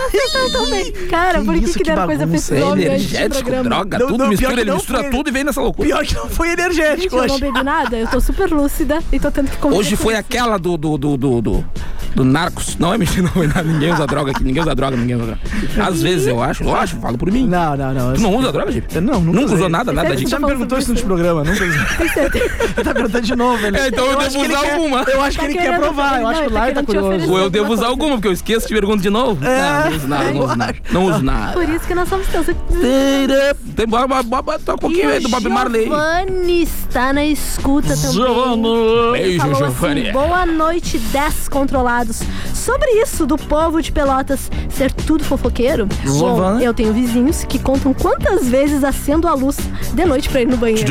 G: Cara, por que,
E: isso,
G: que
E: que
G: deram coisa pra
E: bagunça,
G: esse nome antes do
F: É Energético,
G: programa?
F: droga,
E: Não,
F: tudo
E: não, pior
F: mistura,
E: que
F: ele
E: não
F: mistura
E: foi.
F: tudo e vem nessa loucura.
E: Pior que não foi
G: Gente,
E: energético
G: eu não
E: hoje.
G: bebi nada, eu tô super lúcida e tô tendo que comer.
F: Hoje foi aquela do. do, do, do, do- do Narcos. Não é mentira, <laughs> não é nada. Ninguém usa droga aqui. Ninguém usa droga, ninguém usa droga. Às vezes eu acho, eu acho, falo por mim.
E: Não, não, não.
F: Tu não usa droga, gente?
E: Não,
F: nunca,
E: usei.
F: usou nada, nada, gente.
E: Já
G: tá
E: me perguntou isso no programa, nunca usei.
G: <laughs>
E: Ele tá perguntando de novo, ele.
F: É, então eu devo
E: acho que ele
F: usar
E: quer-
F: alguma.
E: Eu acho
G: Tá
E: que ele quer
G: querendo
E: provar, eu
G: também,
E: acho que o
G: não, ele
E: Lai
G: tá
E: tá
G: querendo te
E: curioso.
F: Ou eu devo usar alguma, porque eu esqueço, te pergunto de novo.
G: É.
F: Não, não uso nada, não uso nada. Não uso nada.
G: Por isso que nós somos tão.
F: Tem bora, bora, bora, bora, toca um pouquinho aí do Bob Marley.
G: Giovanni está na escuta também.
F: Giovanni.
G: Ele
F: Beijo,
G: falou
F: Giovanni.
G: Assim, Boa noite, descontrolados. Sobre isso do povo de Pelotas ser tudo fofoqueiro, bom,
E: Giovanni.
G: eu tenho vizinhos que contam quantas vezes acendo a luz de noite pra ir no banheiro.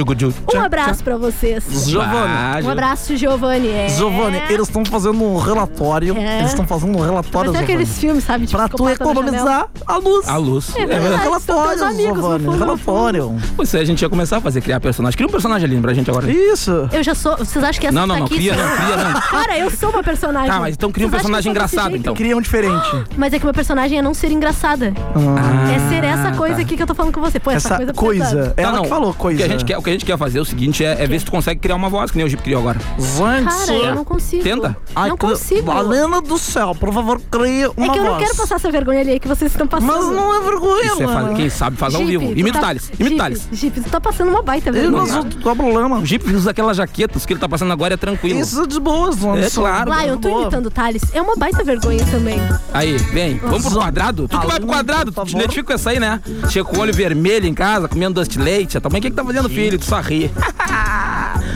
G: Um abraço pra vocês.
F: Ah,
E: Giovanni.
G: Um abraço, Giovanni. É.
E: Giovanni, eles estão fazendo um relatório.
G: É.
E: Eles estão fazendo um
G: Mas
E: relatório,
G: tem aqueles
E: Giovanni.
G: filmes, sabe? de
E: Pra tu
G: psicopata na janela.
E: economizar a luz.
F: A luz.
G: É
E: É,
G: verdade, são teus
E: relatório,
G: amigos, no
E: Giovanni.
G: fundo, no fundo.
E: Relatório.
F: Pois é, a gente ia começar a fazer, criar personagem. Cria um personagem ali pra gente agora.
E: Isso.
G: Eu já sou. Vocês acham que essa
F: Não, não,
G: tá
F: não,
G: aqui?
F: cria, não, cria,
G: <laughs>
F: não.
G: Cara, eu sou uma personagem.
F: Ah, mas então cria um
G: Vocês acham que
F: personagem
G: eu sou desse
F: engraçado,
G: jeito?
F: então.
E: Cria um diferente.
G: Mas é que meu personagem é não ser engraçada.
E: Ah.
G: é ser essa coisa aqui que eu tô falando com você. Pô, essa,
E: tá. Essa
G: coisa.
E: coisa.
G: pesada.
E: Ela Tá, que falou
F: Tá, O que,
E: coisa.
F: a gente quer, o que a gente quer fazer é o seguinte: é, é ver se tu consegue criar uma voz, que nem o Jeep criou agora.
G: Cara, eu não consigo.
F: Tenta.
E: Ai,
G: não
E: que-
G: consigo.
E: Valena do céu, por favor, crie
G: É
E: uma
G: que eu não
E: voz.
G: quero passar essa vergonha ali que vocês estão passando.
E: Mas não é vergonha,
F: Isso é fa-
E: mano.
F: quem sabe faz ao
G: Jipe,
F: vivo.
G: tu
F: Imita o
G: tá-
F: Thales. Imita o
G: Jipe,
F: Thales.
G: Jipe, tu tá passando uma baita
E: Eu
G: vergonha.
E: não sou do problema.
F: O Jeep usa aquelas jaquetas que ele tá passando agora é tranquilo.
E: Isso é de boas, mano.
F: É claro.
G: Lá, eu tô imitando o Thales. É uma baita vergonha também.
F: Aí, vem. Vamos pro quadrado? Tu que vai pro quadrado, tu te identifica com essa aí, né? Chega com o olho vermelho em casa, comendo doce de leite. A tua mãe, o que que tá fazendo, filho? Tu só ri.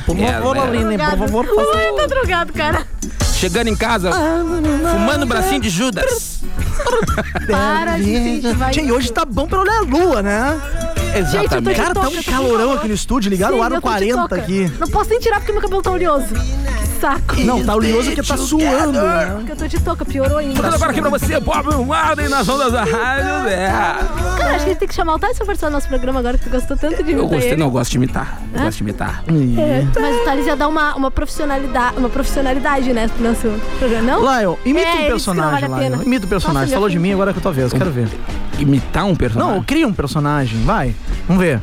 E: Por
F: É,
E: favor,
F: né?
E: Aline, por
G: Drogado.
E: favor, faça.
G: Ai, eu tô tá drogado, cara.
F: Chegando em casa, fumando o bracinho de Judas.
G: Para de incentivar
E: Gente, hoje tá bom pra olhar a lua, né?
G: Gente, eu
E: Cara,
G: tô
E: tá
G: de
E: um
G: toca,
E: calorão aqui no estúdio, ligaram o
G: Sim,
E: ar no
G: eu tô de
E: 40
G: toca.
E: aqui.
G: Não posso nem tirar porque meu cabelo tá oleoso. Saco.
E: Não, tá oleoso porque tá suando, né?
G: Porque eu tô de toca, piorou ainda.
F: Voltando agora aqui pra você, Bob Marley, nas ondas da rádio. É.
G: Cara, Ah, acho que a gente tem que chamar o Thales pra participar do nosso programa agora, que tu gostou tanto de
F: Eu
G: imitar
F: gostei,
G: ele.
F: não, eu gosto de imitar. Eu gosto de imitar.
G: É, mas o Thales ia dar uma, uma, profissionalidade, uma profissionalidade, né, pro nosso programa, não?
E: Lion, imita
G: É, ele disse que
E: um
G: não
E: personagem,
G: vale a
E: Lion.
G: pena.
E: Imita um personagem.
G: Nossa,
E: Falou
G: minha
E: de mim, agora é que eu tô vez, quero ver.
F: Imitar um
G: Tá
F: personagem?
E: Não, cria um personagem, vai. Vamos ver.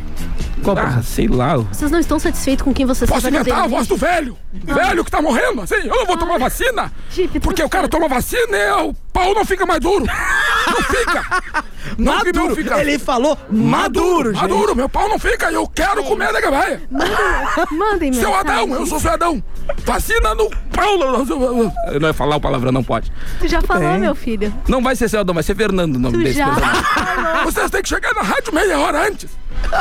E: Qual
F: ah,
E: personagem?
F: sei lá.
G: Vocês não estão satisfeitos com quem vocês
F: Posso inventar a voz do velho? Velho que tá morrendo, assim. Eu não vou
G: Ah.
F: tomar vacina.
G: Jipe, tu
F: Porque o cara toma vacina e o pau não fica mais duro. Não fica. Não, que não fica.
E: Ele falou maduro, gente.
F: Maduro, meu pau não fica e eu quero comer nega velha.
G: <laughs> Mandem, meu.
F: tá- Seu Adão, eu sou seu Adão. Vacina no pau. Eu não ia falar o palavrão, não pode.
G: Tu já falou,
E: bem.
G: meu filho.
F: Não vai ser seu Adão, vai ser Fernando o nome
G: Tu
F: desse
G: já
F: personagem.
G: falou.
F: Vocês têm que chegar na rádio meia hora antes.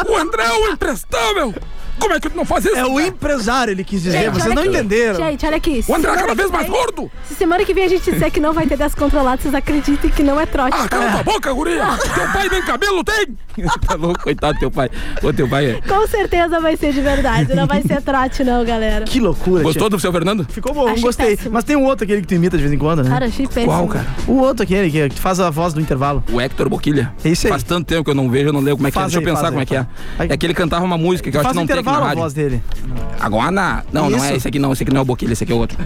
F: O André é um imprestável. Como é que tu não faz isso?
E: É o
F: André?
E: empresário, ele quis dizer,
G: Gente,
E: vocês
G: olha
E: não
G: aqui.
E: entenderam.
G: Gente, olha aqui. se
F: O André é
G: semana
F: cada
G: que
F: vez mais
G: vem-
F: gordo.
G: Se semana que vem a gente disser que não vai ter descontrolado, vocês acreditem que não é trote.
F: Ah, cala tua boca, guria! Teu pai nem cabelo tem! <laughs> tá louco, coitado do teu pai. Ô, teu pai é...
G: Com certeza vai ser de verdade. Não vai ser trote, não, galera.
E: Que loucura,
F: Gostou do seu Fernando?
E: tia. Ficou bom,
G: Achei
E: gostei.
G: péssimo.
E: Mas tem um outro aquele que tu imita de vez em quando, né?
G: Cara, achei péssimo.
F: Qual, cara?
E: O outro aquele que que faz a voz do intervalo.
F: O Hector Boquilha.
E: É isso aí.
F: Faz tanto tempo que eu não vejo, eu não lembro como é que é.
E: Faz
F: Deixa eu
E: aí, faz
F: pensar como
E: aí,
F: é que é.
E: faz.
F: É que ele cantava uma música que eu acho
E: faz
F: que não tem aqui na
E: intervalo a
F: rádio.
E: voz dele.
F: Aguana. Não, não
E: Isso.
F: é esse aqui, não. Esse aqui não é o Boquilha, esse aqui é outro.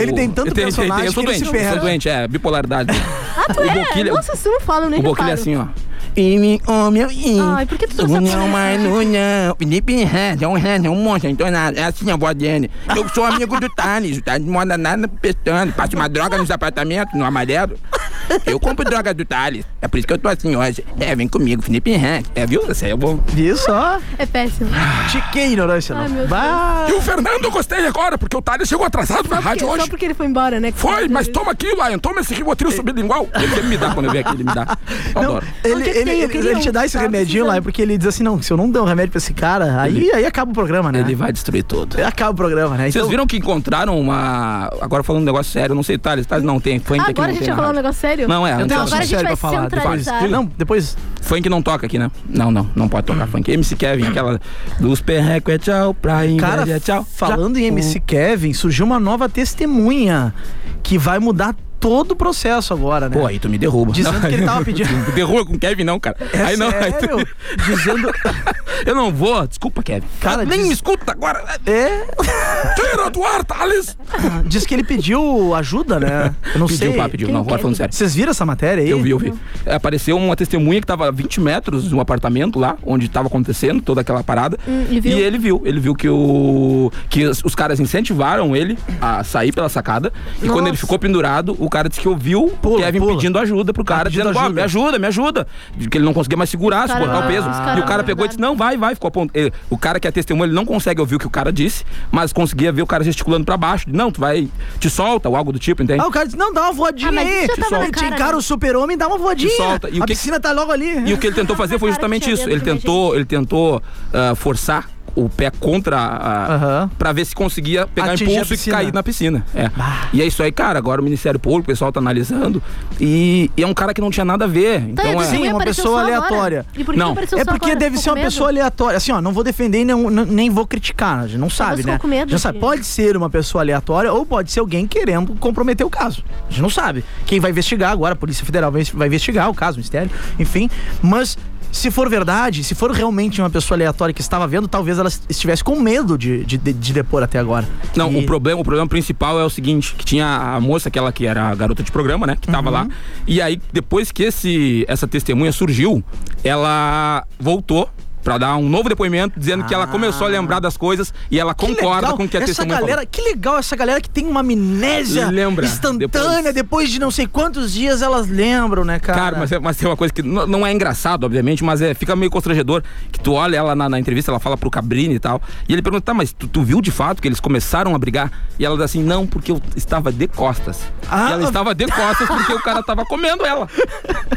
E: <laughs> Ele tem tanto
F: Eu tenho- eu tenho-
E: personagem
F: Eu sou
E: que ele se
F: doente, eu
E: perde.
F: sou doente, é, bipolaridade.
G: Ah, tu
F: O
G: é?
F: Boquilha-
G: Nossa, você não fala, eu nem
F: O Boquilha é
G: reparo.
F: assim, ó.
E: E me ame, eu
G: Ai, por que tu tá trouxe essa
F: Não, mas não, não. Felipe Hans, é um Hans, é um monstro, então é nada. É assim a voz dele. Eu sou amigo do Thales, o Thales não manda nada pestando. Passa uma droga nos apartamentos, no amarelo. Eu compro droga do Thales. É por isso que eu tô assim hoje. É, vem comigo, Felipe Hans. É, viu? Isso aí é bom.
E: Viu só?
G: É
F: <laughs>
G: péssimo.
E: Tiquei ignorância,
G: Ai, meu
E: Bah.
F: E o Fernando, eu gostei agora, porque o Thales chegou atrasado na
G: Só
F: rádio
G: porque-
F: hoje.
G: Só porque ele foi embora, né?
F: Foi, mas toma aqui, Lion. Toma esse Rivotril sublingual. Ele sempre me dá quando eu venho aqui, ele
G: <laughs>
F: me dá. Eu adoro.
E: Ele, ele, ele, ele te
G: um
E: dá esse remedinho lá, é porque ele diz assim: não, se eu não der um remédio pra esse cara, aí, aí acaba o programa, né?
F: Ele vai destruir tudo.
E: Acaba o programa, né?
G: Então-
F: Vocês viram que encontraram uma. Agora falando um negócio sério, não sei, Thales, Thales não tem funk aqui.
G: Agora a
F: não
G: gente
F: tem
G: vai
F: na
G: falar um
F: rádio.
G: negócio sério?
F: Não, é,
G: Eu
F: não
G: tenho
F: tem
G: agora a gente vai centralizar.
F: Não,
E: depois.
F: Funk não toca aqui, né? Não, não, não pode tocar funk. MC Kevin, aquela. Dos perreco é tchau, pra
E: Cara,
F: inveja é tchau.
E: falando em né? MC Kevin, surgiu uma nova testemunha que vai mudar todo o processo agora, né?
F: Pô, aí tu me derruba.
E: Dizendo
F: Não,
E: que
F: <laughs>
E: ele tava pedindo.
F: Derruba com o Kevin, não, cara.
E: É
F: aí não,
E: sério?
F: aí tu... Dizendo. <laughs> Eu não vou, desculpa, Kevin.
E: Cara,
F: nem
E: diz-
F: me escuta agora.
E: É.
F: Tira do ar, Thales!
E: Diz que ele pediu ajuda, né? Eu não
F: Pediu,
E: sei.
F: pá, pediu. Não, agora falando sério.
E: Vocês viram essa matéria aí?
F: Eu vi, eu vi. Apareceu uma testemunha que tava a 20 metros de um apartamento lá, onde tava acontecendo toda aquela parada.
G: Hum, e viu?
F: E ele viu. Ele viu que, o, que os, os caras incentivaram ele a sair pela sacada. E quando ele ficou pendurado, o cara disse que ouviu o Kevin pedindo ajuda pro cara,
E: pedindo
F: dizendo: "Ó,
E: ajuda."
F: me ajuda, me ajuda. De Que ele não conseguia mais segurar,
E: Cara,
F: suportar o peso.
E: os caras
F: E o cara pegou e disse: Não, vai, vai. Ficou apontando. Ele- O cara que é testemunha, ele não consegue ouvir o que o cara disse, mas conseguia ver o cara gesticulando pra baixo. Não, tu vai, te solta, ou algo do tipo, entende?
E: Ah, o cara disse, não, dá uma voadinha
G: Ah, mas
E: aí.
G: isso já
E: Te
G: tava na
E: solta. Te
G: cara,
E: encara
G: né?
E: o super-homem, dá uma voadinha.
F: Te solta. E o
E: a
F: que-
E: piscina tá logo ali.
F: E o que ele tentou fazer foi justamente isso. Ele tentou, ele tentou ah, forçar o pé contra a, pra ver se conseguia pegar
E: Atingir a
F: impulso e
E: piscina.
F: cair na piscina. É. E é isso aí, cara. Agora o Ministério Público, o pessoal tá analisando e, e é um cara que não tinha nada a ver.
G: Tá
F: Então
E: Então,
F: é
E: sim, uma pessoa aleatória.
G: E por que Não. que apareceu
E: é
G: Então só
E: porque
G: agora?
E: deve
G: Ficou
E: ser uma
G: com medo?
E: pessoa aleatória. Assim, ó, não vou defender e não, não- nem vou criticar. A gente não sabe,
G: Então ficou
E: né?
G: com medo,
E: Já sabe,
G: filho.
E: pode ser uma pessoa aleatória ou pode ser alguém querendo comprometer o caso. A gente não sabe. Quem vai investigar agora, a Polícia Federal vai, vai investigar o caso, o mistério, enfim. Mas. Se for verdade, se for realmente uma pessoa aleatória que estava vendo, talvez ela estivesse com medo de, de, de depor até agora.
F: Não, o problema, o problema principal é o seguinte, que tinha a moça, aquela que era a garota de programa, né, que
E: Uhum.
F: tava lá. E aí depois que esse essa testemunha surgiu, ela voltou pra dar um novo depoimento dizendo que ela começou a lembrar das coisas e ela concorda
E: Ah. legal.
F: com o que a
E: essa
F: testemunha
E: galera,
F: falou.
E: Que legal essa galera que tem uma amnésia
F: Lembra,
E: instantânea, depois. de não sei quantos dias elas lembram, né, cara?
F: Cara, mas, é- mas tem uma coisa que n- não é engraçado, obviamente, mas é, fica meio constrangedor que tu olha ela na, na entrevista, ela fala pro Cabrini e tal, e ele pergunta, tá, mas tu, tu viu de fato que eles começaram a brigar? E ela diz assim, não, porque eu estava de costas.
E: Ah.
F: E ela estava de costas porque o cara tava comendo ela.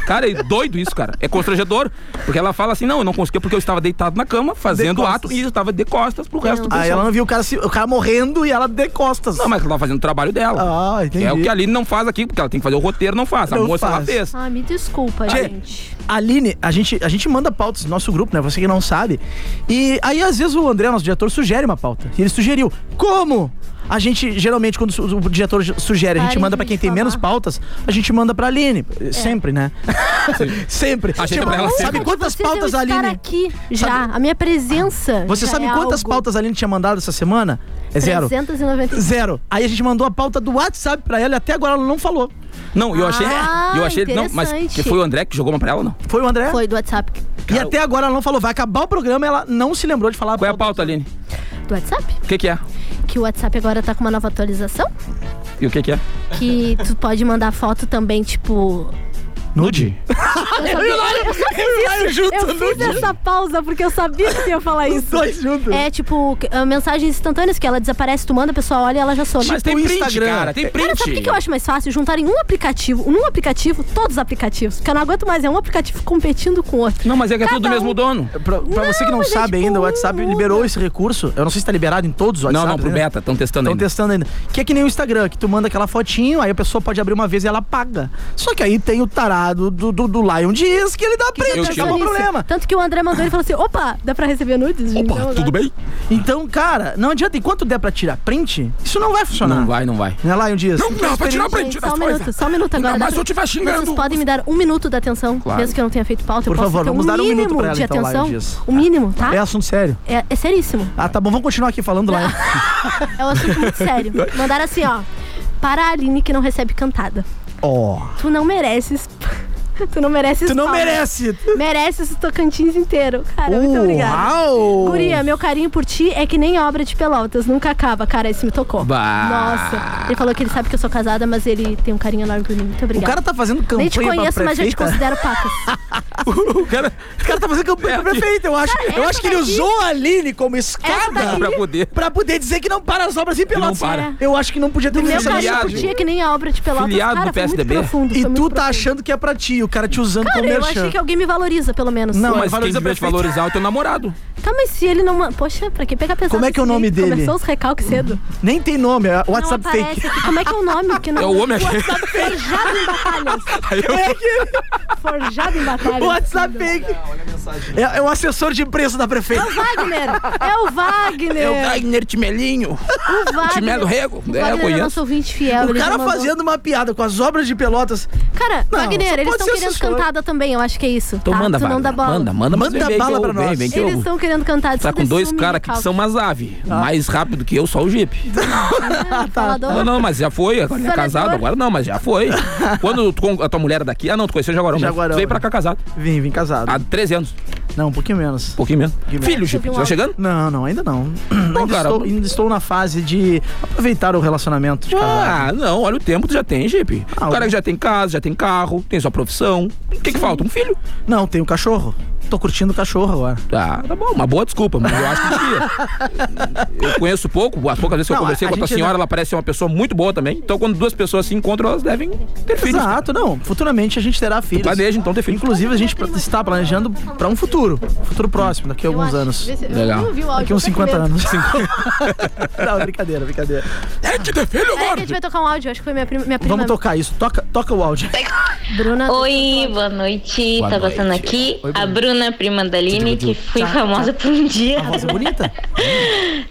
F: Cara, é doido isso, cara. É constrangedor, porque ela fala assim, não, eu não consegui porque eu estava deitado na cama, fazendo o ato, e eu estava de costas pro resto do
E: Aí
F: pessoal."
E: ela não viu o cara, se- o cara morrendo e ela de costas.
F: Não, mas ela tá fazendo o trabalho dela.
E: Ah, entendi.
F: É o que a Aline não faz aqui, porque ela tem que fazer o roteiro, não faz. A
E: Não
F: moça ela
E: faz.
F: fez.
G: Ah, me desculpa,
E: Tchê,
G: gente.
E: Aline, a gente, a gente manda pautas do nosso grupo, né? Você que não sabe. E aí, às vezes, o André, nosso diretor, sugere uma pauta. E ele sugeriu. Como? A gente, geralmente, quando o, o diretor sugere, a gente
F: Parem
E: manda pra
F: de
E: quem tem
F: falar. É.
E: menos pautas, a gente manda pra Aline. Sempre,
F: <laughs>
E: né? <laughs> sempre. Tipo,
F: A gente manda pra ela
E: sabe
F: sempre.
E: quantas
G: Vocês
E: pautas a
G: iam estar
E: Aline?
G: aqui já. A minha presença.
E: Você
G: já
E: sabe
G: é
E: quantas
G: algo.
E: pautas a Aline tinha mandado essa semana? É zero.
G: 390.
E: Zero. Aí a gente mandou a pauta do WhatsApp pra ela e até agora ela não falou.
F: Não, eu achei.
G: Ah,
F: eu achei. Não, mas
G: interessante.
F: que foi o André que jogou uma pra ela, não?
E: Foi o André?
G: Foi do WhatsApp.
E: e até agora ela não falou. Vai acabar o programa e ela não se lembrou de falar.
F: Qual é a pauta, Aline?
G: Do WhatsApp?
F: O que, que é?
G: Que o WhatsApp agora tá com uma nova atualização.
F: E o que, que é?
E: <laughs>
G: Que tu pode mandar foto também, tipo.
F: Nude?
G: Eu,
E: e o Laio-
G: eu só fiz
E: eu e o Laio
G: isso.
E: junto,
G: Eu fiz
E: nude.
G: essa pausa porque eu sabia que tu ia falar isso.
E: dois juntos.
G: É tipo ah, mensagens instantâneas que ela desaparece, tu manda, a pessoa olha e ela já some.
F: Mas tem print, cara, tem print.
G: sabe o que que eu acho mais fácil? Juntarem um aplicativo, num aplicativo, todos os aplicativos. Porque eu não aguento mais, é um aplicativo competindo com o outro.
F: Não, mas é que é tudo
G: Cada
F: do mesmo
G: um-
F: dono.
E: Pra, pra você que não
G: mas é
E: sabe
G: tipo
E: ainda, o WhatsApp liberou esse recurso. Eu não sei se tá liberado em todos os
F: Não,
E: WhatsApp.
F: não, pro beta, estão testando
E: Estão
F: ainda.
E: testando ainda. Que é que nem o Instagram, que tu manda aquela fotinho, aí a pessoa pode abrir uma vez e ela paga. Só que aí tem o tarado lado do, do, do Lion Dias que ele dá print, esse é o problema.
G: Tanto que o André mandou ele falou assim: opa, dá pra receber nudes? Opa,
E: tudo bem? Então, cara, não adianta. Enquanto der pra tirar print, isso não vai funcionar.
F: Não vai, não vai.
E: Né, Lion Dias?
F: Não dá pra tirar print
G: Gente,
F: das
G: só um
F: coisas.
G: minuto, só um minuto agora.
F: Ainda
G: dá
F: mais
G: pra-
F: se eu estiver xingando.
G: Vocês podem me dar um minuto da atenção,
E: Claro.
G: mesmo que eu não tenha feito pauta. eu
E: Por
G: posso
E: favor,
G: ter
E: vamos
G: um
E: dar um
G: mínimo
E: minuto pra ela,
G: de
E: então, Lion
G: atenção.
E: Dias.
G: O mínimo, tá?
E: É assunto sério.
G: É, é seríssimo.
E: Ah, tá bom, vamos continuar aqui falando lá.
G: É um assunto
E: <laughs>
G: muito sério. Mandaram assim, ó. Para a Aline que não recebe cantada.
E: Ó.
G: Tu não mereces. <laughs> Tu não mereces.
E: Tu não
G: palmas.
E: merece.
G: Mereces o Tocantins inteiro. Cara, muito
E: Uh, Uau.
G: obrigada. Guria, meu carinho por ti é que nem obra de pelotas, nunca acaba. Cara, esse me tocou.
E: Bah.
G: Nossa. Ele falou que ele sabe que eu sou casada, mas ele tem um carinho enorme por mim. Muito
E: O
G: obrigada.
E: cara tá fazendo campanha
G: Nem te
E: pra
G: conheço, mas já te
E: prefeita.
G: considero pacas.
E: o, cara, <laughs> o cara tá fazendo campanha pro prefeito, eu acho.
G: Cara,
E: eu
G: essa
E: acho que ele
G: daqui-
E: usou a Aline como
G: Essa
E: escada
G: daqui- Pra
F: poder.
E: tá pra poder dizer que não para as obras em Pelotas.
F: não para.
E: Eu acho que não podia ter
G: O meu
E: feito
G: carinho por ti é que nem a obra de pelotas.
F: Filiado
G: cara,
F: do
G: foi muito
F: PSDB?
G: profundo.
E: E
G: foi
E: tu
G: muito
E: tá achando que é pra ti, o cara te usando
G: Cara,
E: como
G: eu
E: merchan.
G: achei que alguém me valoriza, pelo menos.
E: Não,
F: mas quem
E: valoriza
F: devia te
E: prefeito.
F: valorizar é o teu namorado.
G: Tá, mas se ele não. ma- Poxa, pra que pegar pesado?
E: Como é que é o
G: assim,
E: nome
G: hein?
E: dele?
G: Começou os recalques cedo.
E: Nem tem nome, é WhatsApp
G: não aparece
E: fake.
G: aqui. Como é que é o nome? Que não...
E: É o homem-
G: WhatsApp Forjado em batalhas.
E: <laughs> É aquele-
G: Forjado em batalhas.
E: WhatsApp fake. É, é o assessor de imprensa da
G: É
E: prefeita.
G: o Wagner. É o Wagner.
F: É o Wagner Timelinho.
G: O Wagner.
F: Timelo Rego.
G: O
F: É,
G: Wagner é
F: conheço.
G: nosso ouvinte fiel.
E: o
G: ele já
E: cara
G: mandou.
E: fazendo uma piada com as obras de Pelotas.
G: Cara,
E: Não, só
G: Wagner, eles
E: pode
G: estão
E: ser
G: querendo
E: assessor.
G: cantada também, eu acho que é isso.
F: Então
G: tá?
F: manda,
G: tu não
F: Wagner,
G: dá bola.
F: manda, manda, mas
E: Manda
F: vem que
E: bala
F: eu-
E: pra
F: vem,
E: nós.
F: vem que eu-
G: Eles estão querendo cantar.
F: Tá com dois caras aqui que são umas aves. Mais rápido que eu, só o Jeep.
E: <laughs> Ah, tá.
F: Não, não, mas já foi. Agora ele é
G: Sonhador.
F: casado, agora não, mas
G: <laughs>
F: já foi. Quando tu con- a tua mulher é daqui. Ah, não, tu conheceu Jaguarão. né?
E: Jaguarão,
F: Tu veio pra
E: né?
F: cá casado.
E: Vim, vim casado.
F: Há 13 anos.
E: Não, um pouquinho menos. Um
F: pouquinho menos. Filho, Jeep,
G: um
F: você tá chegando?
E: Não, não, ainda não. <clears throat> ainda,
F: cara.
E: estou, ainda estou na fase de aproveitar o relacionamento de casado.
F: Ah, não, olha o tempo que tu já tem, Jeep.
E: Ah,
F: o cara que já tem casa, já tem carro, tem sua profissão. O que, que falta? Um filho?
E: Não, tenho cachorro. Tô curtindo o cachorro agora.
F: Tá, tá bom, uma boa desculpa, mas eu acho que devia.
G: <laughs>
F: Eu conheço pouco, as poucas vezes que eu
E: Não, a-
F: conversei
E: a
F: com a tua
E: gente ainda-
F: senhora, ela parece ser uma pessoa muito boa também. Então, quando duas pessoas se encontram, elas devem ter filhos.
E: Exato, não. Futuramente a gente terá filhos.
F: planeja, então, ter filhos.
E: Inclusive, a gente está planejando pra um futuro. Futuro próximo, daqui a alguns anos.
F: Legal. não
E: Daqui uns 50 anos.
G: <laughs>
E: <laughs> não, brincadeira, brincadeira. É de ter filho,
G: Peraí que a gente vai tocar um áudio, acho que foi minha prima. Minha prima
E: Vamos tocar isso. Toca, toca o áudio.
G: Bruna.
O: Oi, boa noite.
E: Boa
O: tá passando
E: noite.
O: aqui
E: Oi,
O: a Bruna, prima da Aline, que fui
E: Tá,
O: famosa
E: tá.
O: por um dia.
E: Uma voz bonita.
O: <laughs>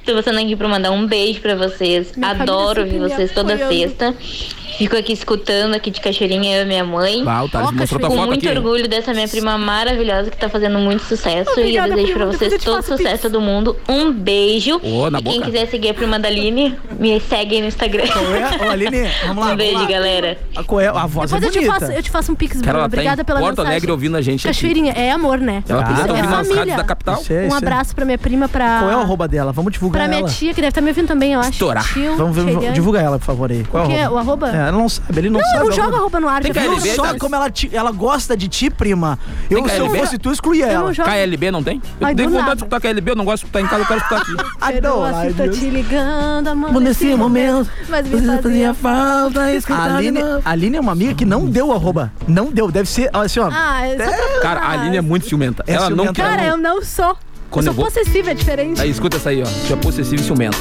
O: Tô passando aqui pra mandar um beijo pra vocês. Adoro
G: família
O: ouvir
G: sempre
O: vocês
G: me
O: toda
G: apoiando.
O: sexta. Fico aqui escutando aqui de Cachoeirinha, eu e minha mãe.
F: Ah, o Thales Ó, mostrou tua
O: Com
F: foto
O: muito
F: aqui, hein?
O: orgulho dessa minha prima maravilhosa que tá fazendo muito sucesso.
G: Obrigada,
O: e eu desejo
G: prima,
O: pra
G: depois eu
O: vocês
G: te
O: todo o
G: faço
O: sucesso do mundo. Um beijo.
F: Ô, na
O: e quem
F: boca.
O: quiser seguir a prima da Aline, me segue aí no Instagram.
E: é Ô, Aline, vamos lá.
O: <laughs> um beijo,
E: vamos lá.
O: galera.
E: A, co- a voz
G: Depois
E: é
G: eu te,
E: bonita.
G: faço, eu te faço um pix,
F: Cara,
G: Bruna.
F: ela tá
G: Obrigada
F: em
G: pela
F: Porto
G: mensagem.
F: Alegre ouvindo a gente aqui.
G: Cachoeirinha, é amor, né?
F: Ela podia estar
G: é
F: ouvindo nas rádios
G: família.
F: da capital.
E: É Isso aí,
G: Um
E: isso aí.
G: abraço pra minha prima, pra.
E: Qual é o arroba dela? Vamos divulgar
G: Pra
E: ela.
G: minha tia, que deve estar me ouvindo também, eu acho.
E: Estourar.
G: Tio,
E: Vamos ver,
G: Cheirane.
E: divulga ela, por favor, aí. Qual
G: O quê?
E: é
G: O arroba?
E: É, ela não sabe, ele não,
G: Não,
E: sabe.
G: eu não
E: o
G: jogo arroba no ar.
F: Tem
G: já viu?
E: Viu
F: KLB,
E: só
F: tá?
E: como ela, te- ela gosta de ti, prima. Eu, se eu
F: KLB?
E: fosse tu, eu excluía
G: Eu não
E: ela.
G: jogo.
F: KLB não tem? Eu
G: Ai,
F: tenho
G: do
F: vontade
G: nada.
F: de escutar KLB, eu não gosto de escutar em casa, eu quero escutar aqui.
E: Adoro,
G: Assim,
E: ai,
G: tô
E: Deus.
G: te ligando, amor.
E: Bom, nesse momento,
G: Mas me fazia
E: falta
G: então
E: a Aline, a Aline é uma amiga que não deu arroba. Não deu, deve ser. Olha assim, ó.
G: Ah, é só pra-
F: Cara, a Aline é muito ciumenta.
E: É
F: ela não
E: ciumenta.
F: quer.
G: Cara, eu não sou. Eu
F: Quando
G: sou
F: eu vou-
G: possessiva, é diferente.
F: Aí, escuta essa aí, ó. Já possessiva e ciumenta.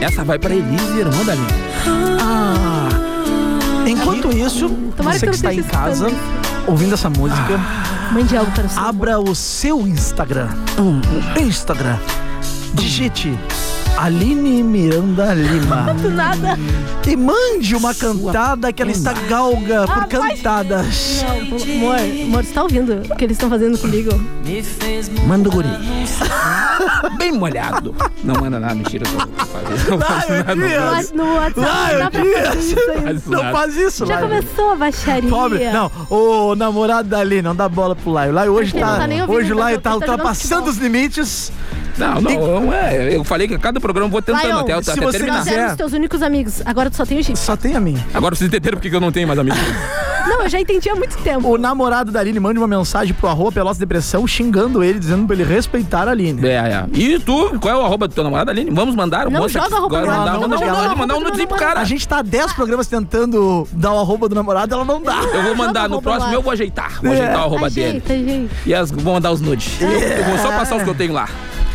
F: Essa vai pra Elise, irmã da Aline.
E: Enquanto isso,
G: Tomara
E: você
G: que eu
E: que está em
G: esteja
E: casa ouvindo essa música,
G: Mande algo para o seu.
E: abra o seu Instagram.
G: Hum.
E: Instagram. Digite Aline Miranda Lima.
G: Do nada.
E: E mande uma cantada que ela está galga
G: Ah,
E: por cantadas.
G: Amor, amor, você tá ouvindo o que eles estão fazendo comigo?
E: Manda o guri.
F: Bem molhado. Não manda nada, mentira. eu Só vou fazer. Não
E: Ai,
F: faço
E: meu
F: nada, não
E: Deus.
G: Mas
F: faço.
G: no WhatsApp
E: Lá,
G: não
E: eu
G: dá pra
E: disse.
G: fazer isso ainda.
F: Faz
E: Não
F: nada.
E: faz isso,
G: Já
E: Laio.
G: começou a baixaria.
E: Pobre, não, o namorado da Aline, não dá bola pro Laio. O Laio hoje
G: Ele não
E: tá,
G: tá nem ouvindo,
E: hoje o
G: tá
E: Laio
G: jogando-
E: tá
G: tá jogando
E: ultrapassando
G: futebol.
E: os limites.
F: <laughs> Não, não, não é. Eu falei que a cada programa eu vou tentando
G: Lion,
F: até, até
E: se você
F: terminar.
G: Nós éramos
E: quiser.
G: teus únicos amigos. Agora tu só tem o Jeep.
E: Só tem a mim.
F: Agora vocês entenderam porque que eu não tenho mais amigos.
G: Não, eu já entendi há muito tempo.
E: O namorado da Aline manda uma mensagem pro arroba Pelotas Depressão xingando ele, dizendo pra ele respeitar a Aline.
F: é, é. E tu, qual é o arroba do teu namorado, Aline? Vamos mandar o
G: Não
F: moça
G: joga
F: que
G: arroba
F: agora
G: no ar,
F: mandar,
G: não
F: mandar,
G: joga
F: um-
G: arroba
F: mandar um
G: no ar,
F: nudezinho pro
G: não
F: cara.
E: A gente tá há 10 programas tentando dar o arroba do namorado, ela não dá.
F: Eu vou mandar
G: arroba
F: no
G: no
F: próximo,
G: ar.
F: eu vou ajeitar. Vou ajeitar o arroba dele.
G: Ajeita, ajeita.
F: E as, vou mandar os nudes. Eu vou só passar os que eu tenho lá.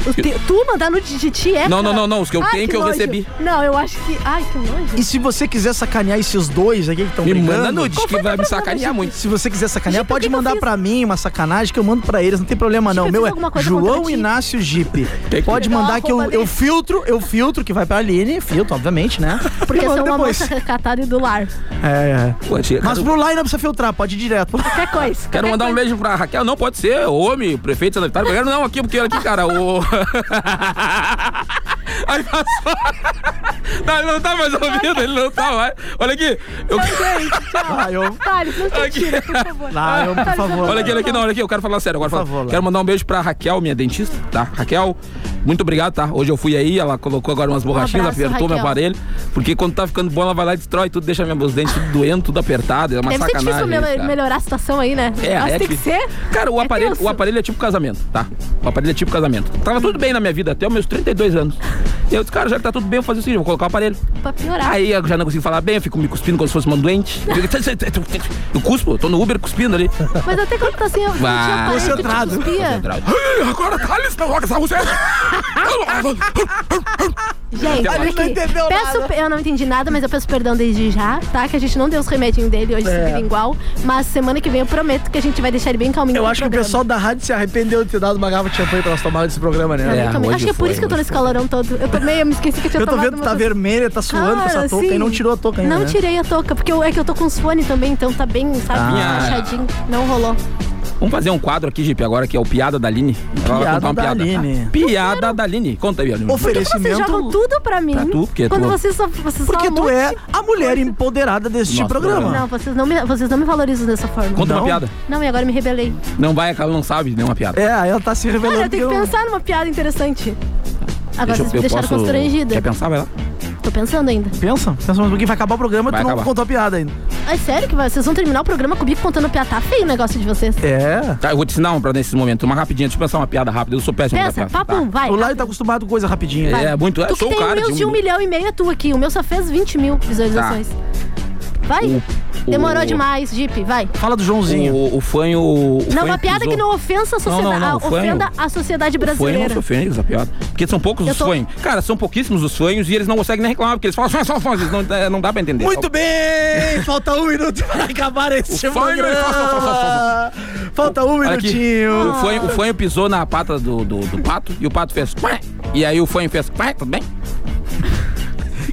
G: O te- Tu mandar nude de ti é. cara?
F: Não, não, não, não, os que eu
G: Ai,
F: tenho que eu
G: nojo.
F: recebi.
G: Não, eu acho que. Ai, que nojo.
E: E se você quiser sacanear esses dois aqui que estão
F: Me
E: brigando...
F: manda nudes, Qual que foi vai teu me problema, sacanear Gipe? muito.
E: Se você quiser sacanear, pode mandar pra mim uma sacanagem que eu mando pra eles, não tem problema não. O meu é
G: alguma coisa contra
E: João
G: ti?
E: Inácio
F: <laughs>
E: Gipe. Pode
G: Legal,
E: mandar que eu,
G: arroba
E: eu filtro, eu filtro, que vai pra Aline, filtro, obviamente, né?
G: Porque
E: E
G: eu
E: mando
G: sou uma
E: depois.
G: moça recatada e do lar.
E: É, é.
F: Pô, tia,
E: Mas
F: quero-
E: pro lá não precisa filtrar, pode ir direto. <laughs>
G: Qualquer coisa.
F: Quero mandar um beijo pra Raquel. Não, pode ser. Homem, prefeito, sanitário. Quero não aqui, porque aqui, cara, o... <laughs> Aí passou. <laughs> Não, ele não tá mais ouvindo, ele não tá mais. Olha aqui. Eu...
E: Vai,
F: um-
E: eu...
G: Thales, não te tira, por favor.
E: Lá, eu, por favor.
F: Olha aqui, olha aqui, não, olha aqui, eu quero falar sério. Agora fala-
E: favor, lá.
F: quero mandar um beijo pra Raquel, minha dentista, tá? Raquel, muito obrigado, tá? Hoje eu fui aí, ela colocou agora umas borrachinhas,
G: abraço,
F: apertou meu
G: Raquel.
F: aparelho. Porque quando tá ficando bom, ela vai lá e destrói tudo, deixa meus dentes tudo doendo, tudo apertado. É uma
G: Deve ser
F: sacanagem.
G: difícil me-
F: tá?
G: melhorar a situação aí, né?
F: É,
G: Mas
F: é
G: tem que
F: difícil.
G: ser.
F: Cara, o aparelho,
G: tenso.
F: o aparelho é tipo casamento, tá? O aparelho é tipo casamento. Tava tudo bem na minha vida até os meus 32 anos. Eu disse, cara, já que tá tudo bem, eu vou fazer o seguinte, eu vou colocar o aparelho.
G: Pra piorar.
F: Aí eu já não consigo falar bem, eu fico me cuspindo como se fosse uma doente. Eu fico- Eu cuspo, eu tô no Uber cuspindo ali.
G: Mas até quando tá assim, eu não tinha
F: Vai.
G: aparelho que te
F: Concentrado.
G: cuspia.
F: Agora, Thales, não roga essa música.
G: Gente, olha aqui. Peço, Eu não entendi nada, mas eu peço perdão desde já, tá? Que a gente não deu os remedinhos dele
E: É.
G: hoje, esse bilingual. Mas semana que vem eu prometo que a gente vai deixar ele bem calminho.
E: Eu
G: no
E: acho que o
G: programa.
E: pessoal da rádio se arrependeu de ter dado uma garrafa de champanhe pra nós tomarmos esse programa,
G: Tá bem
E: né?
G: calminho. acho que é por isso que eu tô nesse calorão todo. Eu também eu me esqueci que eu tinha
E: Eu tô
G: tomado
E: vendo que
G: uma
E: tá
G: coisa.
E: vermelha, tá suando com
G: Cara,
E: essa touca
G: sim.
E: e não tirou a touca ainda.
G: Não
E: né?
G: tirei a touca, porque eu, é que eu tô com fone também, então tá bem, sabe,
F: Ah.
G: fechadinho. Não rolou. Então
F: Vamos fazer um quadro aqui, Jipe, agora que é o Piada da Aline. Ela vai
E: Piada
F: contar uma
E: da
F: piada.
E: Aline.
F: Piada da Aline. Conta aí, Aline.
G: Vocês jogam tudo pra mim.
F: Pra tu, porque é
G: quando
F: tu-
G: vocês só. Vocês
E: Porque
G: só
E: tu é a mulher empoderada deste
F: Nosso
E: programa.
G: Não, vocês não, me, vocês não me valorizam dessa forma.
F: Conta uma
G: Não?
F: piada.
G: Não, e agora me rebelei.
F: Não vai, ela não sabe de nenhuma piada.
E: É, ela tá se
G: Cara,
E: revelando.
G: eu tenho que
E: porque
G: pensar numa piada interessante. Agora vocês me deixaram
F: Quer
G: constrangida.
F: pensar, vai lá?
G: Tô pensando ainda.
E: Pensa, pensa mais um pouquinho, vai acabar o programa e
F: Vai
E: tu não
F: acabar.
E: contou a piada ainda.
G: É sério que vai- vocês vão terminar o programa comigo contando piada? Tá feio o negócio de vocês.
E: É.
F: Tá, eu vou te ensinar uma pra nesse momento. Uma rapidinha, deixa eu pensar uma piada rápida. Eu sou péssimo pra
G: Pensa,
F: piada.
G: papo, vai.
E: O Laio tá acostumado com coisa rapidinha.
F: É, é muito.
G: Tu
F: Eu
G: que
F: sou
G: tem
F: um
G: o
F: cara
G: meu de um milhão e meio é tu aqui. O meu só fez 20 mil visualizações. Vai.
F: Tá. o-
G: Demorou demais, Jeep, vai.
E: Fala do Joãozinho.
F: O, o fanho. O
G: Não,
F: fanho
G: uma piada que
F: pisou.
G: não ofensa a
F: Não,
G: sociedade,
F: não, não,
G: a-
F: foi um-
G: ofenda a sociedade
F: Foi um não
G: brasileira. <laughs>
F: <laughs> se ofende, a piada. Porque são poucos
G: Eu
F: os
G: tô-
F: sonhos. Cara, são pouquíssimos os sonhos e eles não conseguem nem reclamar, porque eles falam só, só, só, não, dá- não dá pra entender.
E: Muito bem! Falta um minuto para acabar esse
F: O sonho, ele fala, só, só, só,
E: programa. Falta um
F: Olha aqui,
E: minutinho.
F: o fanho, o fanho pisou na pata do, do, do pato e o pato fez. "Quá". E aí o fanho fez. "Quá", Tudo bem?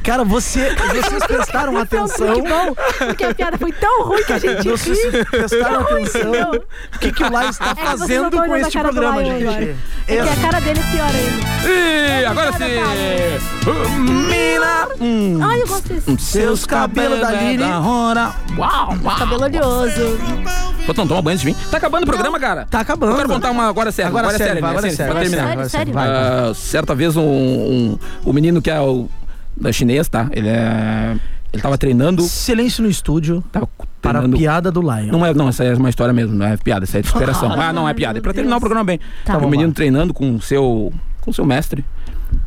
E: Cara, você, vocês
G: <laughs> é um
E: prestaram atenção.
G: Que bom, porque a piada foi tão ruim que a gente
E: Vocês
G: ri.
E: prestaram
G: Tão ruim,
E: atenção.
G: não.
E: O que, que o Laio está
G: É que vocês não
E: fazendo
G: tão
E: com
G: olhando a
E: este
G: cara do
E: programa,
G: Laio
E: gente?
G: agora. É que a cara dele é pior ainda.
F: E agora sim! Mina!
G: Ai, eu gosto
F: Hum.
G: desse.
E: Seus cabelos da Lili.
F: Da hora. Uau, uau.
G: Cabelo oleoso.
F: Pô, tu não toma banho antes de mim. Tá acabando o programa, cara?
E: Tá acabando.
F: Eu quero contar uma agora sério.
E: Agora
G: é
F: Agora, é
E: sério,
F: sério,
E: vai,
F: minha,
E: agora
F: sério,
E: sério,
F: pra
E: agora
F: terminar.
E: sério, agora sério, vai,
F: Ah, certa vez um, um- o menino que é o da chinês, tá? Ele é. Ele tava treinando.
E: Silêncio no estúdio
F: Tava
E: para a
F: treinando.
E: piada do Lion.
F: Não é, não, essa é uma história mesmo, não é piada, essa é de superação. Ah, não, é piada. É pra terminar o programa bem.
E: Tá,
F: Tava o
E: vamos
F: menino
E: lá.
F: treinando com o seu. com o seu mestre.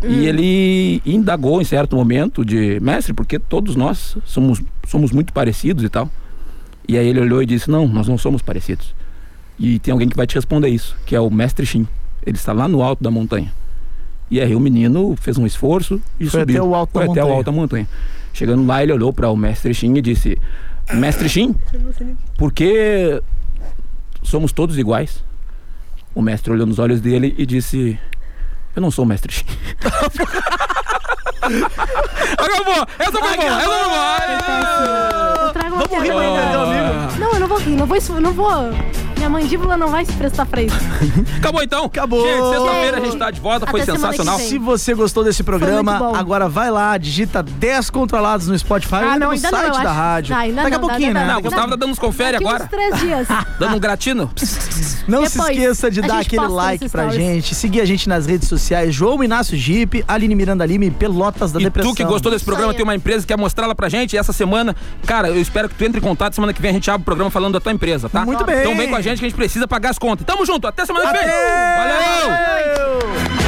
F: E ele indagou em certo momento de mestre, porque todos nós somos, somos muito parecidos e tal. E aí ele olhou e disse: Não, nós não somos parecidos. E tem alguém que vai te responder isso, que é o mestre Shin. Ele está lá no alto da montanha. E aí o menino fez um esforço e
E: Foi
F: subiu.
E: até o alto da
F: Foi até o
E: montanha.
F: alto da montanha. Chegando lá, ele olhou para o mestre Shin e disse: Mestre Shin, por que somos todos iguais? O mestre olhou nos olhos dele e disse: Eu não sou o mestre Shin. <laughs> Acabou! Essa foi boa! Essa foi boa!
G: Eu trago uma
E: Vamos
G: piada.
E: rir pra entender o amigo.
G: Não, eu não vou rir, não vou, isso- não vou. Minha mandíbula não vai se prestar pra isso.
F: Acabou então! Acabou! Gente, sexta-feira a gente tá de volta, foi
G: Até semana que
F: sensacional.
G: vem.
E: Se você gostou desse
G: Foi
E: programa,
G: muito bom.
E: agora vai lá, digita 10 controlados no Spotify
G: Ah,
E: ou
G: não,
E: no
G: ainda não,
E: site
G: eu
E: da
G: acho.
E: rádio.
G: Ah, ainda
E: Daqui a
G: não,
E: pouquinho,
G: ainda
E: né?
G: não.
F: Não, o Gustavo tá dando uns confere
G: Daqui
F: agora.
G: uns três
F: <laughs>
G: dias.
F: Dando
E: <laughs>
F: um gratino.
E: Não se
G: Depois,
E: esqueça de
G: a
E: dar
G: gente
E: aquele
G: posta
E: like
G: nos
E: pra
G: stories.
E: gente, seguir a gente nas redes sociais, João Inácio Jeep, Aline Miranda Lima e Pelotas da
F: E
E: Depressão.
F: tu que gostou desse programa, tem uma empresa que quer mostrá-la pra gente essa semana. Cara, eu espero que tu entre em contato. Semana que vem a gente abre o programa falando da tua empresa, tá?
E: Muito bem.
F: Então vem com a gente que a gente precisa pagar as contas. Tamo junto, até semana que vem. Valeu!
E: Valeu!